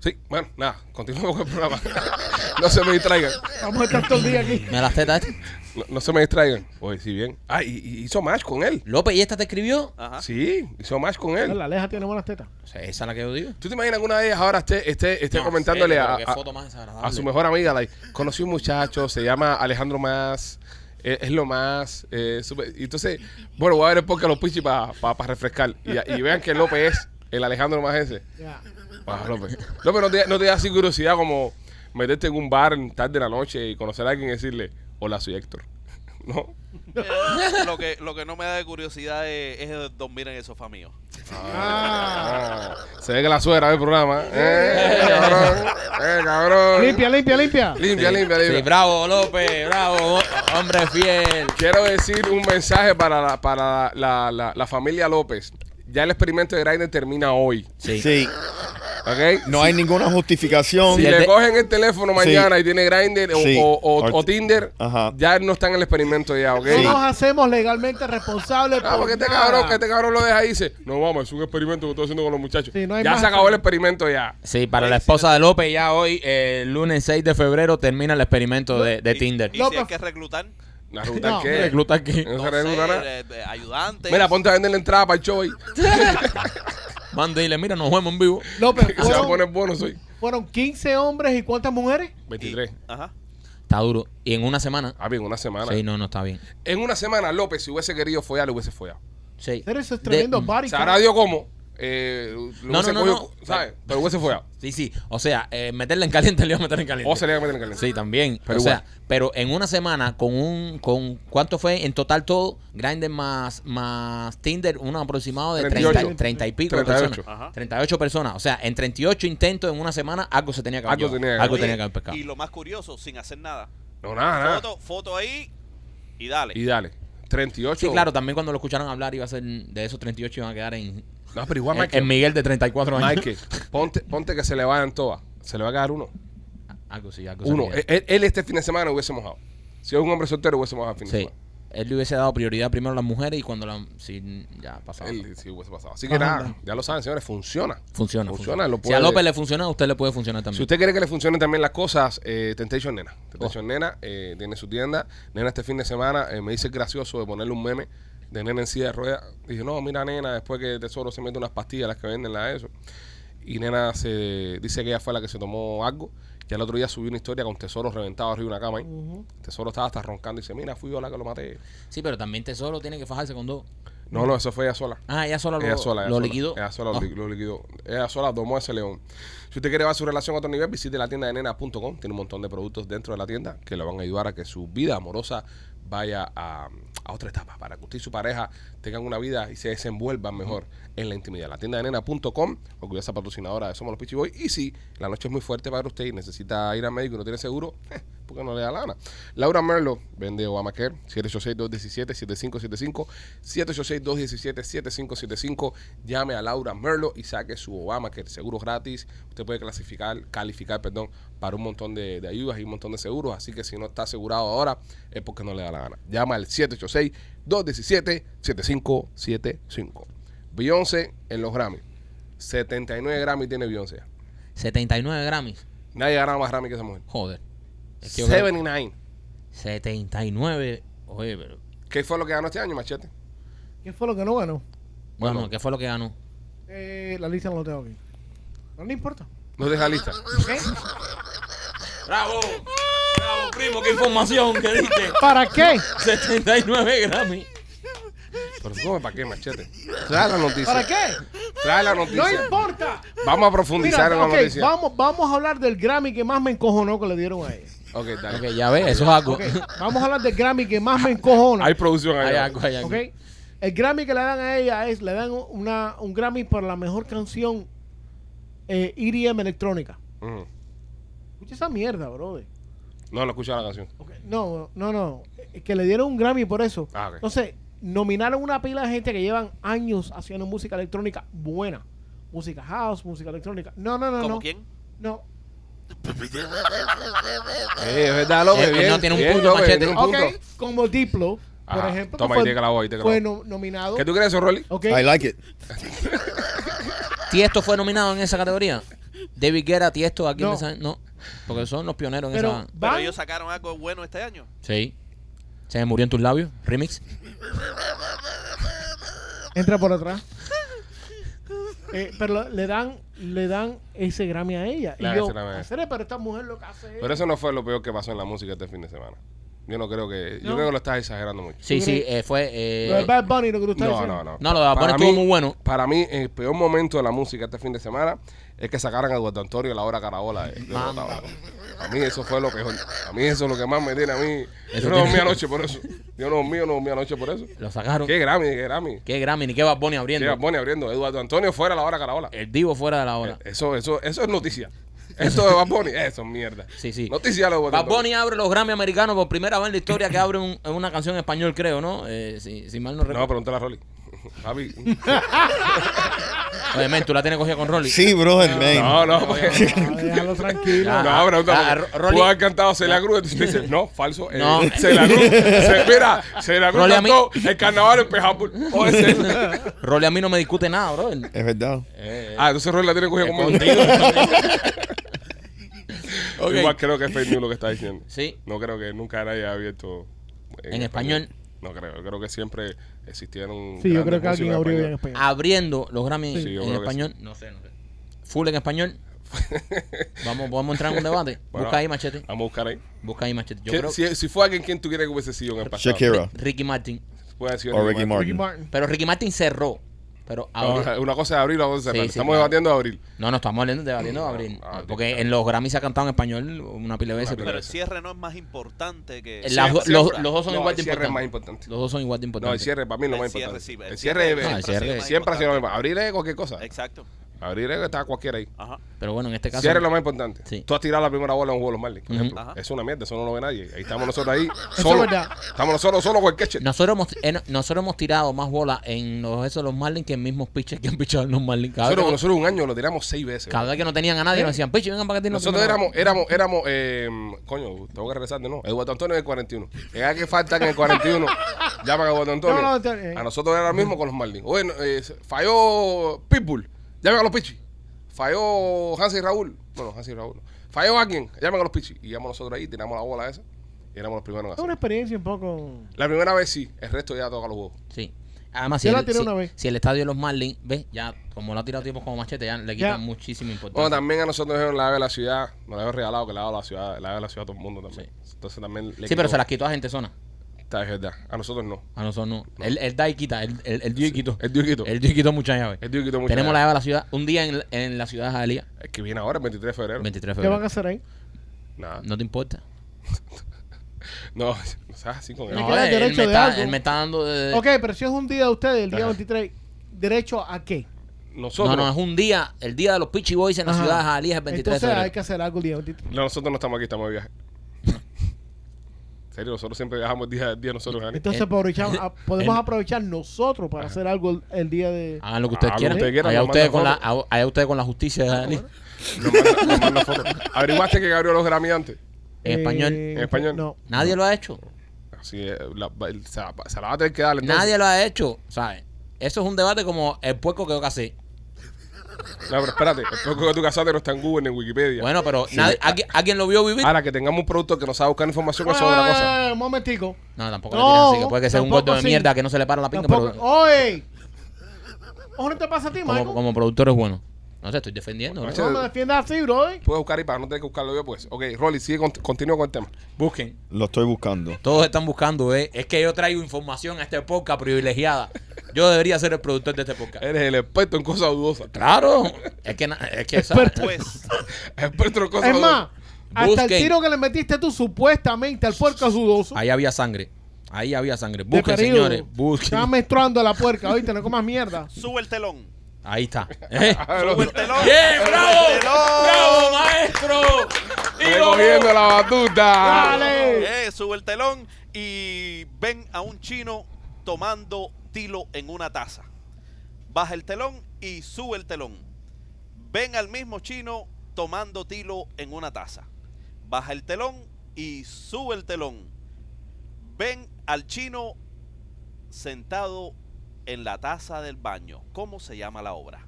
S3: Sí, bueno, nada. Continuamos con el programa. no se me distraigan.
S5: Vamos a estar todo el día aquí.
S4: Me las tetas. este.
S3: No, no se me distraigan. Oye, sí, bien. Ah, y, y hizo match con él.
S4: López, ¿y esta te escribió?
S7: Ajá.
S3: Sí, hizo match con él.
S5: La leja tiene buenas tetas.
S4: O sea, esa es la que yo digo.
S3: ¿Tú te imaginas que una de ellas ahora esté, esté, esté
S4: No,
S3: comentándole
S4: serio,
S3: a,
S4: pero qué
S3: a-
S4: foto más desagradable.
S3: a su mejor amiga? Like, conocí un muchacho, se llama Alejandro Más, eh, es, lo más. eh, super-". Y entonces, bueno, voy a ver el podcast de los Pichi para refrescar. Y, y vean que López es el Alejandro Más ese.
S5: Ya.
S3: Wow, Ah, López. López, ¿no te, no te da así curiosidad como meterte en un bar en tarde de la noche y conocer a alguien y decirle, hola, soy Héctor? ¿No?
S7: Eh, lo, que, lo que no me da de curiosidad es, es dormir en el sofá mío.
S3: Ah, se ve que la suegra ve el programa. ¿eh? ¡Eh, cabrón! ¡Eh, cabrón!
S5: Limpia, limpia, limpia.
S3: Limpia, limpia,
S4: Sí,
S3: limpia.
S4: bravo, López, bravo, hombre fiel.
S3: Quiero decir un mensaje para la, para la, la- la familia López. Ya el experimento de Grindr termina hoy.
S4: Sí.
S6: Sí.
S3: ¿Ok?
S6: No hay ninguna justificación.
S3: Si
S4: Sí,
S3: le
S4: de-
S3: cogen el teléfono mañana y tiene Grindr o,
S6: Sí.
S3: o- o-
S6: Art-
S3: o Tinder,
S6: Ajá.
S3: ya no está en el experimento ya, ¿ok?
S5: No nos hacemos legalmente responsables
S3: Ah, porque este
S5: nada.
S3: cabrón, que este cabrón lo deja ahí y dice, no vamos, es un experimento que estoy haciendo con los muchachos.
S5: Sí, no hay
S3: ya
S5: más.
S3: se acabó el experimento ya.
S4: Sí, para la esposa de López ya hoy, eh, el lunes 6 de febrero, termina el experimento de, de
S7: Y-
S4: Tinder.
S7: Y,
S5: No,
S7: si hay
S5: pero-
S7: que reclutar,
S3: La ruta
S5: No,
S3: que
S4: Recluta aquí.
S3: No
S7: no
S3: se
S7: sé,
S3: recluta nada.
S7: eh, eh, ayudantes.
S3: Mira, ponte a vender la entrada para el show ahí.
S4: Manda y dile, mira, nos vemos en vivo.
S5: López,
S3: Que se va a poner
S5: fueron,
S3: bonos hoy.
S5: fueron 15 hombres y cuántas mujeres?
S7: Y-
S3: 23.
S7: Ajá.
S4: Está duro. Y en una semana.
S3: Ah, bien, una semana.
S4: Sí, no, no está bien.
S3: En una semana, López, si hubiese querido follar, lo hubiese follado.
S4: Sí.
S5: Pero eso es
S4: De-
S5: tremendo
S3: O
S5: body
S3: sea,
S5: count.
S3: ahora dio como. Eh, lo
S4: No,
S3: hubiese
S4: no, no,
S3: cogido,
S4: no.
S3: ¿Sabes? Pero hubiese follado.
S4: Sí, sí. O sea, eh, meterla en caliente le iba a meter en caliente.
S3: O se le iba a meter en caliente.
S4: Sí, también.
S3: Pero
S4: o sea, pero en una semana con un con cuánto fue en total todo Grindr más más Tinder, un aproximado de
S3: 38.
S4: 30, 30 y pico
S3: 38.
S4: personas.
S7: Ajá.
S4: 38 personas, o sea, en 38 intentos en una semana algo se tenía que haber
S3: Algo
S4: llevado.
S3: tenía que
S4: algo
S3: haber.
S4: tenía que haber pescado. Ah.
S7: Y lo más curioso, sin hacer nada.
S3: No, nada, nada.
S7: Foto, foto ahí y dale.
S3: Y dale. 38.
S4: Sí, claro, también cuando lo escucharon hablar iba a ser de esos 38 iban a quedar en
S3: No, pero igual,
S4: en,
S3: Mike.
S4: en Miguel de 34 años.
S3: Mike, ponte, ponte que se le vayan todas. Se le va a quedar uno.
S4: Algo sí, algo
S3: Uno.
S4: sería.
S3: Él, él este fin de semana hubiese mojado. Si es un hombre soltero, hubiese mojado el fin
S4: Sí.
S3: de semana.
S4: Él le hubiese dado prioridad primero a las mujeres y cuando la si ya pasaba.
S3: Él sí hubiese pasado. Así que nada, ya lo saben, señores, funciona.
S4: Funciona,
S3: Funciona, lo
S4: Si a
S3: puede-
S4: López le funciona, a usted le puede funcionar
S3: Si
S4: también.
S3: usted quiere que le funcionen también las cosas, eh, Temptation Nena. Temptation Nena eh, tiene su tienda. Nena este fin de semana eh, me hice el gracioso de ponerle un meme de nena en silla de ruedas. Dije, no, mira nena, después que Tesoro se mete unas pastillas, las que venden, la eso. Y nena se dice que ella fue la que se tomó algo. Ya el otro día subí una historia con Tesoro reventado arriba de una cama ahí. Tesoro estaba hasta roncando y dice, mira, fui yo la que lo maté.
S4: Sí, pero también Tesoro tiene que fajarse con dos.
S3: No, no, eso fue ella sola.
S4: Ah, ella sola lo,
S3: Ella sola, ella
S4: lo
S3: sola.
S4: liquidó.
S3: Ella sola
S4: Ah,
S3: lo, li- lo liquidó. Ella sola domó ese león. Si usted quiere ver su relación a otro nivel, visite la tienda de nena.com. Tiene un montón de productos dentro de la tienda que le van a ayudar a que su vida amorosa vaya a, a otra etapa. Para que usted y su pareja tengan una vida y se desenvuelvan mejor en la intimidad. La tienda de nena.com, orgullosa patrocinadora de Somos los Pichiboy. Y si la noche es muy fuerte para usted y necesita ir al médico y no tiene seguro, porque no le da la gana. Laura Merlo vende Obamacare, 786-217-7575, 786-217-7575. Llame a Laura Merlo y saque su Obamacare, seguro gratis. Usted puede clasificar, calificar, perdón, para un montón de, de ayudas y un montón de seguros. Así que si no está asegurado ahora, es porque no le da la gana. Llama al 786-217-7575. Beyoncé en los Grammy. 79 Grammy tiene Beyoncé.
S4: 79 Grammys.
S3: Nadie gana más Grammy que esa mujer.
S4: Joder. Es que yo creo-
S3: 79.
S4: 79. Oye, pero.
S3: ¿Qué fue lo que ganó este año, Machete?
S5: ¿Qué fue lo que no ganó?
S4: Bueno, ¿qué fue lo que ganó?
S5: Eh, la lista no lo tengo aquí. No, no importa.
S3: No deja lista.
S4: ¡Bravo! ¡Bravo, primo! ¡Qué información que diste!
S5: ¿Para qué?
S4: 79 Grammy.
S3: Pero ¿cómo? ¿Para qué, Machete? Trae la noticia.
S5: ¿Para qué?
S3: Trae la
S5: No
S3: noticia.
S5: importa.
S3: Vamos a profundizar en
S5: Mira,
S3: la
S5: ok,
S3: noticia.
S5: vamos, vamos a hablar del Grammy que más me encojonó que le dieron a ella.
S3: Ok, dale.
S4: Ok, ya ves, eso es algo.
S5: Ok, vamos a hablar del Grammy que más me encojona.
S3: Hay producción ahí.
S4: Hay algo, hay algo.
S5: ¿ok? El Grammy que le dan a ella es, le dan una, un Grammy por la mejor canción eh, EDM electrónica.
S3: Ujú.
S5: Escucha esa mierda, brother.
S3: No, no escucha la canción.
S5: Ok, No, no, no. eh, Que le dieron un Grammy por eso.
S3: Ah, ok.
S5: Entonces, nominaron una pila de gente que llevan años haciendo música electrónica buena. Música house, música electrónica. No, no, no,
S7: ¿Como
S5: no.
S7: quién?
S5: No.
S3: Eh, es verdad, López.
S4: Eh,
S3: bien,
S4: no, tiene un
S3: bien,
S4: punto,
S3: López,
S4: Machete.
S3: tiene un
S5: Ok,
S3: punto.
S5: como Diplo, por
S3: Ajá.
S5: ejemplo.
S3: Ah, Toma,
S5: que
S3: ahí te grabó, ahí te grabó.
S5: Fue no- nominado.
S3: ¿Qué tú crees de eso, Rolly?
S5: Ok.
S6: I like it.
S4: ¿Tiesto fue nominado en esa categoría? David Guerra, Tiesto, aquí
S5: No.
S4: no. no. Porque son los pioneros en
S5: Pero
S4: esa.
S7: Pero
S5: van,
S7: ellos sacaron algo bueno este año.
S4: Sí. Se me murió en tus labios, remix.
S5: entra por atrás. Eh, pero le dan, le dan ese Grammy a ella.
S3: Le dan
S5: y yo,
S3: ese Grammy a ella.
S5: "Hacer, pero esta mujer lo que hace es-".
S3: Pero eso no fue lo peor que pasó en la música este fin de semana. Yo no creo que. Yo
S5: No.
S3: creo que lo estás exagerando mucho.
S4: Sí, sí, eh, fue. eh,
S5: Lo de Bad Bunny, lo que usted
S3: No, no, no.
S4: No, lo de Bad Bunny estuvo muy bueno.
S3: Para mí, el peor momento de la música este fin de semana es que sacaran a Eduardo Antonio a la hora carabola de, de
S4: Manda.
S3: Rotabala. A mí eso fue lo peor. A mí eso es lo que más me tiene a mí.
S4: Eso
S3: yo no dormí
S4: tiene-
S3: anoche por eso. Yo no dormí, yo no dormí anoche por eso.
S4: lo sacaron.
S3: Qué
S4: ¿Qué?
S3: Grammy, qué Grammy.
S4: Grammy? Ni qué Bad Bunny abriendo.
S3: Qué pone abriendo. Eduardo Antonio fuera a la hora carabola.
S4: El Divo fuera de la hora.
S3: Eso, eso, eso es noticia. Eso de Bad Bunny, eso es mierda.
S4: Sí, sí.
S3: Noticia lo de
S4: Bad Bunny abre los Grammy americanos por primera vez en la historia que abre un- una canción en español, creo, ¿no? Eh, si, si mal no
S3: No,
S4: recuerdo.
S3: pregúntale a Rolly. Papi.
S4: Oye, men, tú la tienes cogida con Rolly.
S6: Sí, brother, man.
S3: No, no, porque.
S5: Ah, déjalo tranquilo.
S4: Ah,
S3: No,
S4: ah,
S3: pregúntale.
S4: Rolly-
S3: Tú has cantado Celia Cruz. Entonces tú dices, no, falso. eh,
S4: No.
S3: Celia Cruz. Se, mira, Celia Cruz
S4: Rolly, a mí-
S3: cantó el carnaval en Pejapur. Puede ser.
S4: Rolly a mí no me discute nada, bro. El-
S6: Es verdad.
S3: Ah, entonces Rolly la tiene cogida como.
S4: Contigo. Ok.
S3: Igual creo que es fake news lo que está diciendo.
S4: Sí.
S3: No creo que nunca nadie haya abierto.
S4: En español.
S3: No creo. Creo que siempre existieron.
S5: Sí, yo
S3: grandes
S5: creo que alguien
S3: músicos
S5: abrió bien en
S3: españoles.
S5: español.
S4: Abriendo los Grammy
S3: Sí, yo
S4: en
S3: creo que
S4: español. No sé, no sé. Full en español. Vamos, vamos a entrar en un debate.
S3: Bueno,
S4: Busca ahí, machete.
S3: Vamos a buscar ahí.
S4: Busca ahí, machete. Yo
S3: ¿Quién-
S4: creo
S3: si, si fue alguien quien tuviera que hubiese sido en el pasado.
S6: Shakira
S4: Ricky Martin.
S3: Puede haber sido
S6: o
S3: Ricky
S6: Ricky
S5: Ricky
S6: Martin.
S5: Martin.
S4: Pero Ricky Martin cerró. Pero
S3: No,
S4: abrió.
S3: una cosa es abril, la otra es cerrar.
S4: Sí, sí,
S3: Estamos
S4: claro.
S3: debatiendo de abril.
S4: No, no, estamos hablando de debatiendo de abril.
S3: Ah, ah,
S4: Porque
S3: claro.
S4: en los Grammy se ha cantado en español una pila de veces.
S3: pila
S4: pero
S7: Pero el cierre no es más importante que.
S4: las do-
S3: cierre.
S4: los, los dos son
S3: Eh, No,
S4: igual de
S3: el cierre es más
S4: importantes.
S3: importante.
S4: Los dos son igual de
S3: No, el
S4: importantes.
S3: cierre para mí es lo
S7: El
S3: más
S7: cierre,
S3: importante.
S7: sí,
S3: el, cierre,
S4: es- Ah, el cierre es-
S7: siempre ha sido más
S3: siempre ha sido lo
S7: importante.
S3: mismo. Abrir es cualquier cosa.
S7: Exacto.
S3: Abrir es está cualquiera ahí.
S7: Ajá.
S4: Pero bueno, en este caso.
S3: Cierre es lo más importante.
S4: Sí.
S3: Tú has tirado la primera bola en un juego de los Marlins, por
S4: Ujú.
S3: ejemplo.
S7: Ajá.
S3: Es una mierda, eso no lo ve nadie. Ahí estamos nosotros ahí, solos.
S5: verdad.
S3: Estamos nosotros solos con el catcher.
S4: Nosotros hemos, eh, no- nosotros hemos tirado más bolas en los, esos, los Marlins que en mismos pitches que han pichado en los Marlins. Cada,
S3: Nosotros,
S4: vez, que,
S3: nosotros un año lo tiramos seis veces.
S4: cada vez que no tenían a nadie, nos decían, piche, vengan para que tiren la
S3: Nosotros
S4: primera
S3: éramos, éramos, éramos, eh, coño, tengo que regresar de no. Eduardo Antonio en el 41. Llega que falta en el 41. Llaman a Eduardo Antonio.
S5: No, no, está bien.
S3: a nosotros era lo mismo con los Marlins. Oye, no, eh, falló Pitbull. Llamen a los Pichis. Falló Hansi y Raúl. Bueno, Hansi y Raúl. no. Falló alguien. Llamen a los Pichis. Y íbamos nosotros ahí, tiramos la bola esa. Y éramos los primeros en
S5: Es una
S3: hacer.
S5: experiencia un poco.
S3: La primera vez sí, el resto ya toca los huevos.
S4: Sí. Además, si
S5: Ah, Yo la
S4: el,
S5: tiré
S4: si-
S5: una vez.
S4: si el estadio de los Marlins, ves, ya como lo ha tirado tiempos como machete, ya le quitan muchísima
S3: Bueno,
S4: importancia.
S3: también a nosotros nos la de la ciudad, nos la habían regalado, que la de la ciudad, la de la ciudad a todo el mundo también. Entonces también le
S4: sí, pero
S3: quitó-
S4: se las quitó a gente zona.
S3: Está, es verdad. A nosotros no.
S4: A nosotros no. Él, él da y quita. Él, él, él dio y quitó.
S3: El Dios quitó.
S4: Él dio y quitó muchas llaves.
S3: El Dios quitó mucho.
S4: Tenemos la llave de la ciudad. Un día en, en la ciudad de Jalía,
S3: Es que viene ahora, el 23 de febrero.
S4: 23 de
S5: ¿Qué van a
S4: febrero.
S5: hacer ahí?
S3: Nada.
S4: No te importa.
S3: No, no seas así con él.
S5: No,
S4: No, eh,
S5: queda
S4: él, él
S5: derecho
S4: me
S5: de
S4: está,
S5: algo.
S4: él me está dando. eh,
S5: Ok, pero si es un día de ustedes, el día
S3: Ajá.
S5: 23, ¿derecho a qué?
S3: Nosotros.
S4: No,
S3: No,
S4: no, es un día. El día de los Pitchy Boys en la
S5: Ajá.
S4: ciudad de Jalía es el 23
S5: Entonces
S4: de
S5: hay
S4: febrero.
S5: que hacer algo el día 23.
S3: nosotros no estamos aquí, estamos de viaje. En serio, nosotros siempre viajamos el día, el día de nosotros, Dani.
S5: Entonces
S4: El-
S3: eh,
S5: aprovechamos- a- podemos
S4: el-
S5: aprovechar nosotros para hacer algo el, el día de...
S4: Hagan lo que ustedes
S3: Hagan lo que
S4: quieran.
S3: ustedes quieran,
S4: allá,
S3: nos
S4: ustedes con la,
S3: mandan
S4: a- allá ustedes con la justicia, Dani.
S5: Eh,
S3: Nos manda- nos manda fotos. ¿Averiguaste que Gabriel los Grammy antes?
S4: En español.
S3: En español.
S5: eh, No.
S4: Nadie lo ha hecho.
S3: Así es, la- se, la, se la va a tener que dar. entonces.
S4: Nadie lo ha hecho, ¿sabes? Eso es un debate como el puerco que yo casé.
S3: No, pero espérate, el poco que tú casaste no está en Google ni en Wikipedia.
S4: Bueno, pero nadie- alguien, alguien lo vio vivir.
S3: Ahora que tengamos un producto que nos sabe buscar información, eso es otra cosa.
S5: Eh, Un momentico.
S4: No, tampoco
S5: No,
S4: le tiran así, que puede que sea un
S5: tampoco
S4: gordo de
S5: así.
S4: mierda que no se le para la Ah, pinga,
S5: Tampoco...
S4: pero
S5: ¡Oye! ¿Cómo no te pasa a ti, Michael?
S4: como, como productor es bueno. No sé, estoy defendiendo. ¿no?
S3: Macho,
S5: No me defiendas así, bro. eh.
S3: Puedes buscar y para no tener que buscarlo yo, pues. Ok, Rolly, sigue, con- continúa con el tema.
S4: Busquen.
S6: Lo estoy buscando.
S4: Todos están buscando, ¿eh? Es que yo traigo información a este podcast privilegiada. Yo debería ser el productor de este podcast.
S3: Eres el experto en cosas dudosas.
S4: Claro. Es que, na- es que ¿sabes?
S7: Pues,
S3: Experto en cosas
S5: Es más,
S3: dudosas.
S5: hasta el
S4: Busquen.
S5: tiro que le metiste tú supuestamente al puerco dudoso.
S4: Ahí había sangre. Ahí había sangre.
S5: de
S4: Busquen,
S5: perdido,
S4: señores. Busquen.
S5: Está menstruando la puerca, oíste, no comas mierda.
S7: sube el telón.
S4: Ahí está. ¿Eh?
S7: Sube el telón.
S4: ¡Bien! ¡Bravo!
S7: Sube el telón.
S4: ¡Bravo, maestro!
S3: Recogiendo la batuta.
S5: Dale.
S7: Eh, sube el telón y ven a un chino tomando tilo en una taza. Baja el telón y sube el telón. Ven al mismo chino tomando tilo en una taza. Baja el telón y sube el telón. Ven al chino sentado en la taza del baño. ¿Cómo se llama la obra?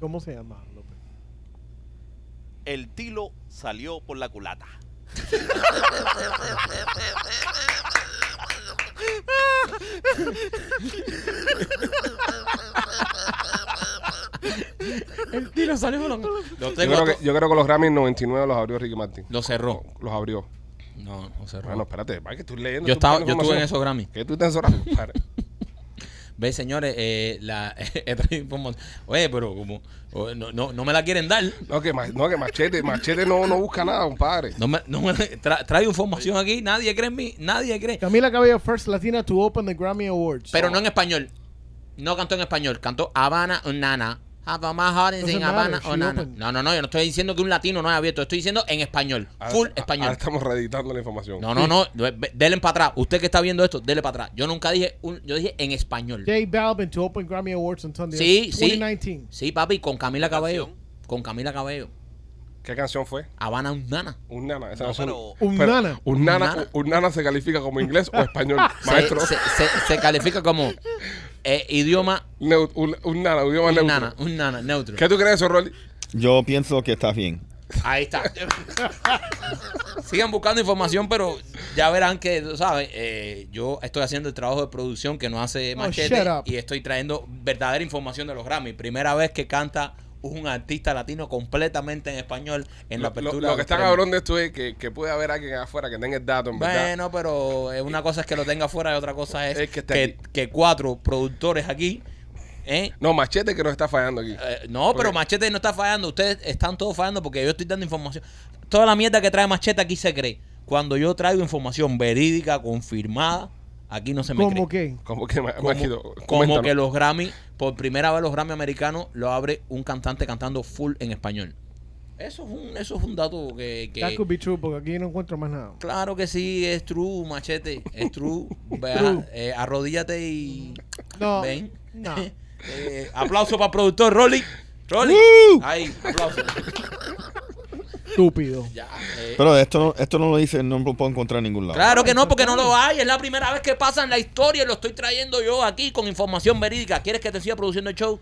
S5: ¿Cómo se llama, López?
S7: El tilo salió por la culata.
S4: El tiro salió volando. Lo tengo
S3: Yo creo,
S4: a
S3: que,
S4: to-
S3: yo creo que los Grammy en 99 los abrió Ricky Martin.
S4: Lo cerró.
S3: Los abrió.
S4: No, no cerró.
S3: Bueno, espérate, para que estoy leyendo.
S4: Yo
S3: estoy
S4: estaba-
S3: buscando
S4: yo estuve en
S3: información.
S4: esos Grammy.
S3: ¿Qué tú estás en esos Grammy? Padre?
S4: Ve, señores, eh, la, he traído información. Oye, pero como o- no, no, no me la quieren dar.
S3: No, que, ma- no, que Machete, Machete no, no busca nada, compadre.
S4: No me, no me la- tra- traigo información aquí. Nadie cree en mí. Nadie cree.
S5: Camila Cabello, first Latina to open the Grammy Awards.
S4: Pero no en español. No cantó en español. Cantó Habana Nana. Habana Harding
S5: Doesn't
S4: sin
S5: matter,
S4: Habana
S5: she
S4: o Nana.
S5: opened.
S4: No, no, no. Yo no estoy diciendo que un latino no haya abierto. Estoy diciendo en español.
S3: Ahora-
S4: Full
S3: a-
S4: español.
S3: Ahora estamos reeditando la información.
S4: No, no, no. ve- ve- Denle para atrás. Usted que está viendo esto, dele para atrás. Yo nunca dije un, yo dije en español.
S5: J Balvin to open Grammy Awards on Sunday.
S4: Sí, sí.
S5: 2019.
S4: Sí, papi, con Camila
S7: La
S4: Cabello.
S7: canción.
S4: Con Camila Cabello.
S3: ¿Qué canción fue?
S4: Habana Nana.
S3: Un nana. Esa
S7: No,
S3: canción-
S7: pero-
S5: Un
S3: pero-
S5: nana.
S3: Un nana,
S4: Nana.
S3: un nana se califica como inglés o español.
S4: Se-
S3: Maestro.
S4: Se, se- se califica como eh, idioma
S3: Neu- un, un nana, un idioma
S4: un
S3: neutro.
S4: nana, un nana, neutro.
S3: ¿Qué tú crees de eso, Rolly?
S6: Yo pienso que está bien.
S4: Ahí está. Sigan buscando información, pero ya verán que, tú ¿sabes? Eh, yo estoy haciendo el trabajo de producción que no hace
S5: Oh,
S4: Machete
S5: shut up.
S4: y estoy trayendo verdadera información de los Grammy. Primera vez que canta un artista latino completamente en español en la
S3: Lo, lo-
S4: apertura. de
S3: lo que
S4: los
S3: está
S4: premios.
S3: cabrón de esto es que, que puede haber alguien afuera que tenga el dato, en verdad.
S4: Bueno, pero eh, una cosa es que lo tenga fuera y otra cosa es,
S3: Es que
S4: que,
S3: está
S4: que,
S3: aquí.
S4: cuatro productores aquí. ¿eh?
S3: No, Machete que nos está fallando aquí.
S4: Eh, no, pero
S3: Porque-
S4: Machete no está fallando. Ustedes están todos fallando porque yo estoy dando información. Toda la mierda que trae Machete aquí se cree. Cuando yo traigo información verídica, confirmada, aquí no se me
S5: ¿Cómo
S4: cree.
S5: qué?
S3: Como que, Ma- Maquito,
S4: como, como
S3: coméntanos.
S4: que los Grammy, por primera vez los Grammy americanos, lo abre un cantante cantando full en español. Eso es un, eso es un dato que... que-
S5: That could be true, porque aquí no encuentro más nada.
S4: Claro que sí, es true, machete, es true. Ve, ajá, eh, arrodíllate y...
S5: No,
S4: Ven.
S5: no.
S4: Eh, aplauso para el productor, Rolly. Rolly. Ahí, aplauso.
S5: Estúpido.
S4: Ya, eh,
S6: Pero esto no, esto no lo dice, no lo puedo encontrar en ningún lado.
S4: Claro que no, porque no lo hay. Es la primera vez que pasa en la historia y lo estoy trayendo yo aquí con información verídica. ¿Quieres que te siga produciendo el show?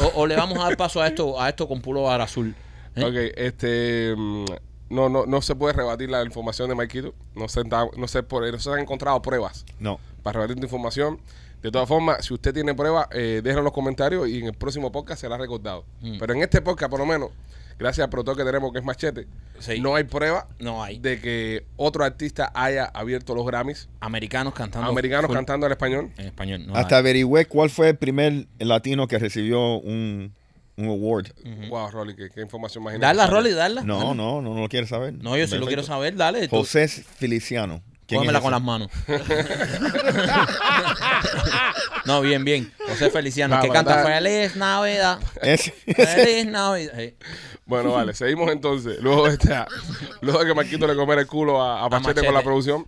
S4: ¿O, o le vamos a dar paso a esto, a esto con puro azul? ¿Eh?
S3: Ok, este. mm, No, no, no se puede rebatir la información de Maquito. No se, da- no, se, por- no se han encontrado pruebas
S6: No.
S3: para rebatir tu información. De todas formas, si usted tiene pruebas, eh, déjenlo en los comentarios y en el próximo podcast será recordado.
S4: Mm.
S3: Pero en este podcast, por lo menos, gracias al productor que tenemos, que es Machete,
S4: Sí.
S3: no hay prueba
S4: No hay.
S3: de que otro artista haya abierto los Grammys.
S4: Americanos cantando.
S3: americanos
S4: full
S3: cantando al español.
S4: En español. no
S6: Hasta
S4: hay.
S6: averigüé cuál fue el primer latino que recibió un, un award.
S3: Wow, Rolly, qué, qué información más
S4: Darla,
S3: interesante.
S4: Rolly, darla.
S6: No, no, no, no lo quieres saber.
S4: No, yo sí lo
S6: Perfecto.
S4: quiero saber, dale. tú-
S6: José Feliciano. ¿Quién
S4: Cógemela
S6: es
S4: con
S6: ese?
S4: las manos. no, bien, bien. José Feliciano,
S3: Va,
S4: que
S3: va,
S4: canta
S3: va.
S4: Feliz Navidad.
S6: Ese-
S4: Feliz Navidad. Eh,
S3: Bueno, vale, seguimos entonces. Luego de, esta- luego de que Marquito le comiera el culo a, a Machete,
S4: Machete.
S3: con la producción,